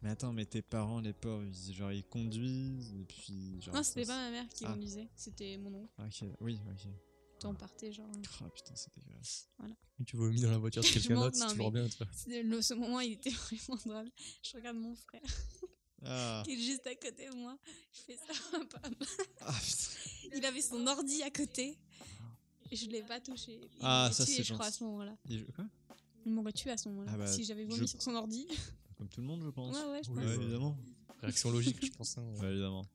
mais attends, mais tes parents, les pauvres, ils, genre ils conduisent et puis genre. non ils c'était sont- pas ma mère qui Ah. conduisait, c'était mon oncle. Ok, oui, ok. On partait genre. Ah putain, c'est dégueulasse. Et (laughs) Tu vomis dans la voiture de Je quelqu'un m'en- d'autre, c'est non, (laughs) toujours bien. tu vois. C'était- le- Ce moment il était vraiment drôle. Je regarde mon frère. (laughs) Ah, qui est juste à côté de moi. Je fais ça. (laughs) pam. ah, putain. Il avait son ordi à côté. Et Je l'ai pas touché. Il Ah, m'aurait ça, tué, c'est je crois à gentil. ce moment-là. Il- quoi Il m'aurait tué à ce moment-là. Ah bah, si j'avais vomi je- sur son ordi. Comme tout le monde, je pense. Ouais, ouais, je Oui, pense. Ouais, bah. évidemment. Réaction logique, je pense. hein. euh, Ouais, évidemment.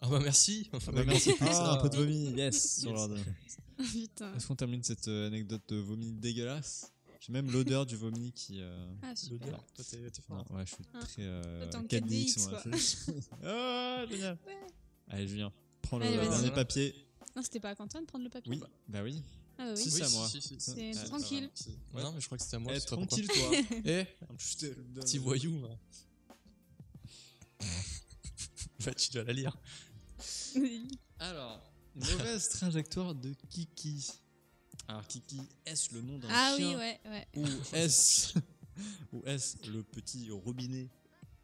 Ah bah merci. Ah bah, merci pour ça, un peu de vomi, yes, sur Yes. l'ordre. (laughs) (laughs) Putain. Est-ce qu'on termine cette euh, anecdote de vomi dégueulasse J'ai même l'odeur du vomi qui. euh, Ah, L'odeur. super. Toi, t'es t'es fort. Non, ouais, je suis Ah. très. Euh, Autant que Cadix, DX, moi. quoi. (laughs) Ah, génial. Allez, Julien, prends le Allez, vas-y. dernier papier. Non, c'était pas à Quentin de prendre le papier. Oui, bah oui. Ah, bah oui. (laughs) Si, c'est à moi. si, si, si. C'est Ah, tranquille. ça va. Non, mais je crois que c'était à moi. Eh, je sais pas pourquoi. tranquille, toi. (laughs) Eh, Petit petit voyou. hein. (laughs) là. Bah, tu dois la lire. Alors, mauvaise trajectoire de Kiki. Alors, Kiki, est-ce le nom d'un ah oui, chien ouais, ouais. (laughs) ou est-ce ou est-ce le petit robinet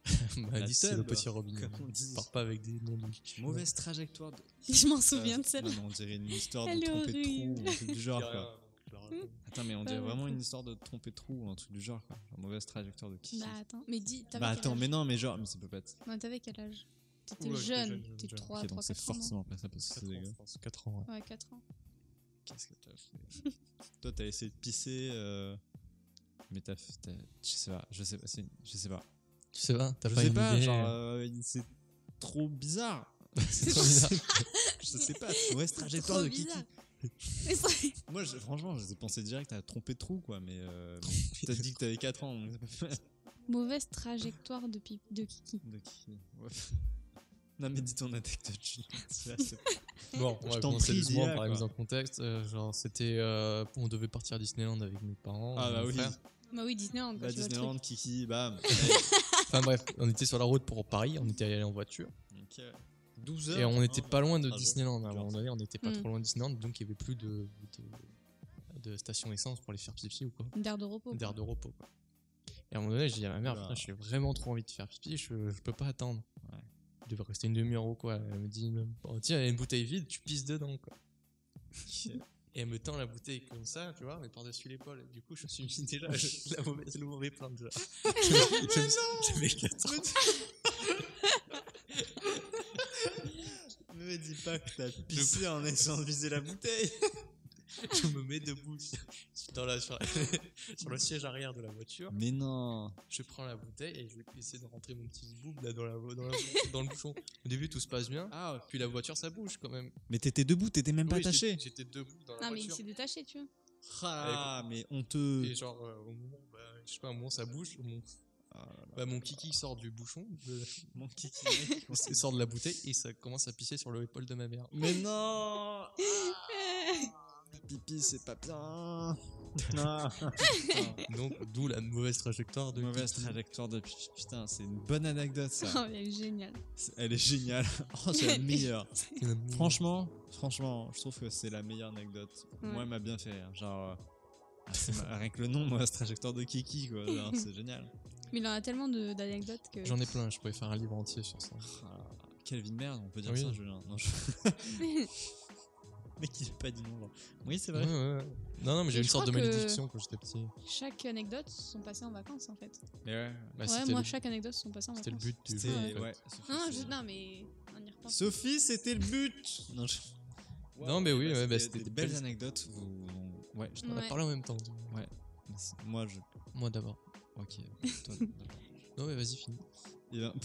(laughs) bah, La dis c'est le teub, petit robinet. comme on dit. Part pas avec des noms de chien. Mauvaise trajectoire de. Ah, Je m'en souviens de Euh, celle-là. Non, mais on dirait une histoire Elle de est tromper de trou horrible. ou un truc du (laughs) genre quoi. Rien. Attends, mais on dirait Ah, vraiment ouais. une histoire de tromper de trou ou un truc du genre quoi. Genre, mauvaise trajectoire de Kiki. Bah attends, mais dis, t'avais Bah quel attends, âge mais non, mais genre, mais ça peut pas être. Non, t'avais quel âge T'étais Ouais, j'étais jeune, jeune, jeune, t'étais jeune. 3, Ok, donc 3, c'est 4 ans. non forcément pas ça parce que c'est 4 ans, dégueu. je pense. 4 ans, ouais. Ouais, 4 ans. Qu'est-ce que t'as fait Toi, t'as essayé de pisser, euh, mais t'as, fait- t'as- je sais pas, je sais pas, c'est- je sais pas. Tu sais pas, t'as Je pas sais une pas, idée. genre, euh, c'est trop (laughs) bizarre. C'est trop bizarre. (laughs) je sais pas, mauvaise trajectoire Trop de Kiki. (laughs) bizarre. Mais c'est- Moi, je- franchement, je pensais direct à tromper de trou, quoi, mais (laughs) euh, t'as dit que t'avais 4 ans, donc (laughs) ça peut pas être Mauvaise trajectoire de, pi- de Kiki. de Kiki. Ouais. (laughs) Non, mais dis ton anecdote, (laughs) Julien. C'est là, c'est- Bon, Je on va t'en commencer prie, doucement dis-la, par la quoi. mise en contexte. Euh, genre, c'était, euh, on devait partir à Disneyland avec mes parents. Ah et bah mon oui, frère. Bah oui, Disneyland, quoi, la tu vois le truc. Disneyland, Kiki, bam. Enfin bref, on était sur la route pour Paris. On était allé en voiture. Donc, 12 heures. hein. Et on n'était n'était (laughs) pas loin de trajet. Disneyland. À un moment donné, on n'était pas Mm. trop loin de Disneyland, donc il n'y avait plus de, de, de station essence pour les faire pipi ou quoi. D'air de repos. D'air de repos, quoi. Et à un moment donné, j'ai dit à ma mère, Oula. putain, j'ai vraiment trop envie de faire pipi, je, je peux pas attendre. Ouais. Je devais rester une demi-heure ou quoi. Elle me dit, oh, tiens, il y a une bouteille vide, tu pisses dedans, quoi. (laughs) Et elle me tend la bouteille comme ça, tu vois, mais par-dessus l'épaule. Du coup, je me suis mis (laughs) déjà la mauvaise, le mauvais (laughs) plan déjà. J'avais 4 ans. Me dis pas que t'as pissé en essayant de viser (laughs) la bouteille. Je me mets debout sur- dans la, sur, (laughs) sur le siège arrière de la voiture. Mais non. Je prends la bouteille et je vais essayer de rentrer mon petit boob là dans, la, dans, la- (laughs) dans le bouchon. Au début, tout se passe bien. Puis la voiture, ça bouge quand même. Mais t'étais debout, t'étais même pas Oui, attaché. j'étais- J'étais debout dans la Non, mais il voiture. s'est détaché, (laughs) tu vois. Ah, mais Et honteux. genre, euh, au moment, bah, je sais pas, au moment ça bouge, mon, Ah là bah, mon kiki sort du bouchon, (laughs) de- Mon kiki. mec. sort de la bouteille et ça commence à pisser sur l'épaule de ma mère. (laughs) (laughs) Mais non. Oh, Euh, Pipi, c'est pas (laughs) bien. Ah, (laughs) Donc, d'où la mauvaise trajectoire de Mauvaise kiki. trajectoire de pipi. Putain, c'est une bonne anecdote ça. Oh, mais elle est géniale. C'est- Elle est géniale. (laughs) Oh, c'est (laughs) la meilleure. La mauvaise- Franchement, franchement, je trouve que c'est la meilleure anecdote. Moi, Ouais. elle m'a bien fait rire. Genre, euh, ah, c'est ma- (laughs) rien que le nom, moi, ce trajectoire de Kiki, quoi. (laughs) Genre, c'est génial. Mais il en a tellement de- d'anecdotes que. J'en ai plein, je pourrais faire un livre entier sur ça. Ah, quelle vie de merde, on peut dire Oui. ça, Julien. (laughs) Non, je... (laughs) Mais qu'il a pas dit non. genre. Oui, c'est vrai. Ouais, ouais, ouais. Non, non, mais j'ai Et eu une je sorte de crois que- malédiction quand j'étais petit. Chaque anecdote sont passées en vacances, en fait. Mais ouais, Bah, ouais, c'était moi, le- chaque anecdote sont passées en c'était le vacances. but du jeu. en c'était. fait. Ouais, Sophie, Non, c'est- Ah, je- non, mais on y repense. Sophie, c'était le but. Non, je- Non, mais oui, ouais, bah, c'était des belles anecdotes. Vous... Ouais, je- On a Ouais. parlé en même temps. Merci. Moi, je. Moi d'abord. Ok. Toi, d'accord. Non, mais vas-y, finis. Eh ben, (laughs)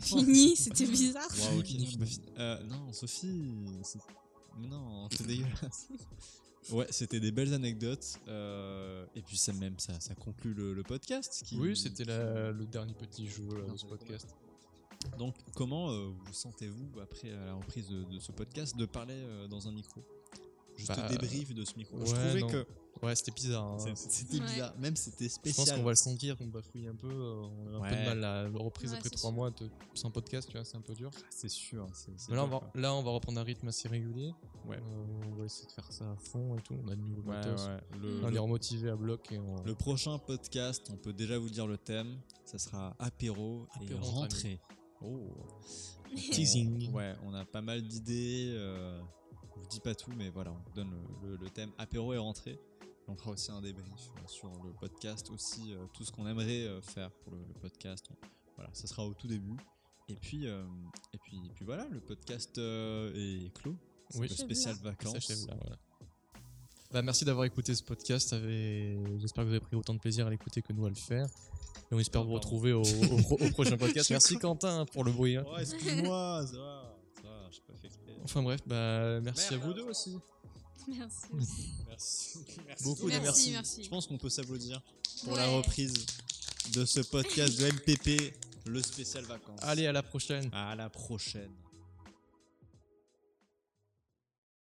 Fini, c'était bizarre. Wow, ok, Fini. j'ai pas fini. Euh, non, Sophie, c'est- non, (laughs) c'est dégueulasse. Ouais, c'était des belles anecdotes. euh, et puis ça même, ça, ça conclut le, le podcast. Qui, Oui, c'était la- le dernier petit jeu là, de ce podcast. Donc, comment euh, vous sentez-vous après euh, la reprise de, de ce podcast de parler euh, dans un micro Juste Bah, débrief de ce micro. je ouais, trouvais non. que Ouais, c'était bizarre. hein. c'est- c'était Ouais. bizarre, même c'était Je spécial. pense qu'on va le sentir, qu'on bafouille un peu. euh, On a un peu Ouais. de mal la reprise Ouais, après c'est trois sûr. mois de- sans podcast, tu vois, c'est un peu dur. Ah, C'est sûr. c'est- c'est Mais là, on top, va, là, on va reprendre un rythme assez régulier. Ouais. Euh, on va essayer de faire ça à fond et tout. On a de nouveaux quoi. Ouais, matos. ouais, le- Mm. On le est remotivé à bloc et on. Le prochain podcast, on peut déjà vous dire le thème, ça sera apéro, et Apéro entre rentrée. Oh. (laughs) Teasing. On- ouais, on a pas mal d'idées. euh, on vous dit pas tout, mais voilà, on donne le, le- le thème apéro et rentrée. Et On fera aussi un débrief euh, sur le podcast, aussi euh, tout ce qu'on aimerait euh, faire pour le, le podcast. On- voilà, ça sera au tout début. Et puis, euh, et puis, et puis voilà, le podcast euh, est clos. Oui. Le spécial Ça vacances. s'achève là, voilà. Bah, merci d'avoir écouté ce podcast. Avec- J'espère que vous avez pris autant de plaisir à l'écouter que nous à le faire. Et on espère vous Pardon. retrouver au, au- au (laughs) prochain podcast. Je Merci crois- Quentin pour le bruit. hein. Oh, excuse-moi, ça va. Ça va, j'ai pas fait exprès. Enfin bref, bah, merci Merde. à vous deux aussi. Merci. Mm. aussi. Merci. Beaucoup de merci, merci. merci. Je pense qu'on peut s'applaudir pour la Ouais. reprise de ce podcast de MPP, le spécial vacances. Allez, à la prochaine. à la prochaine.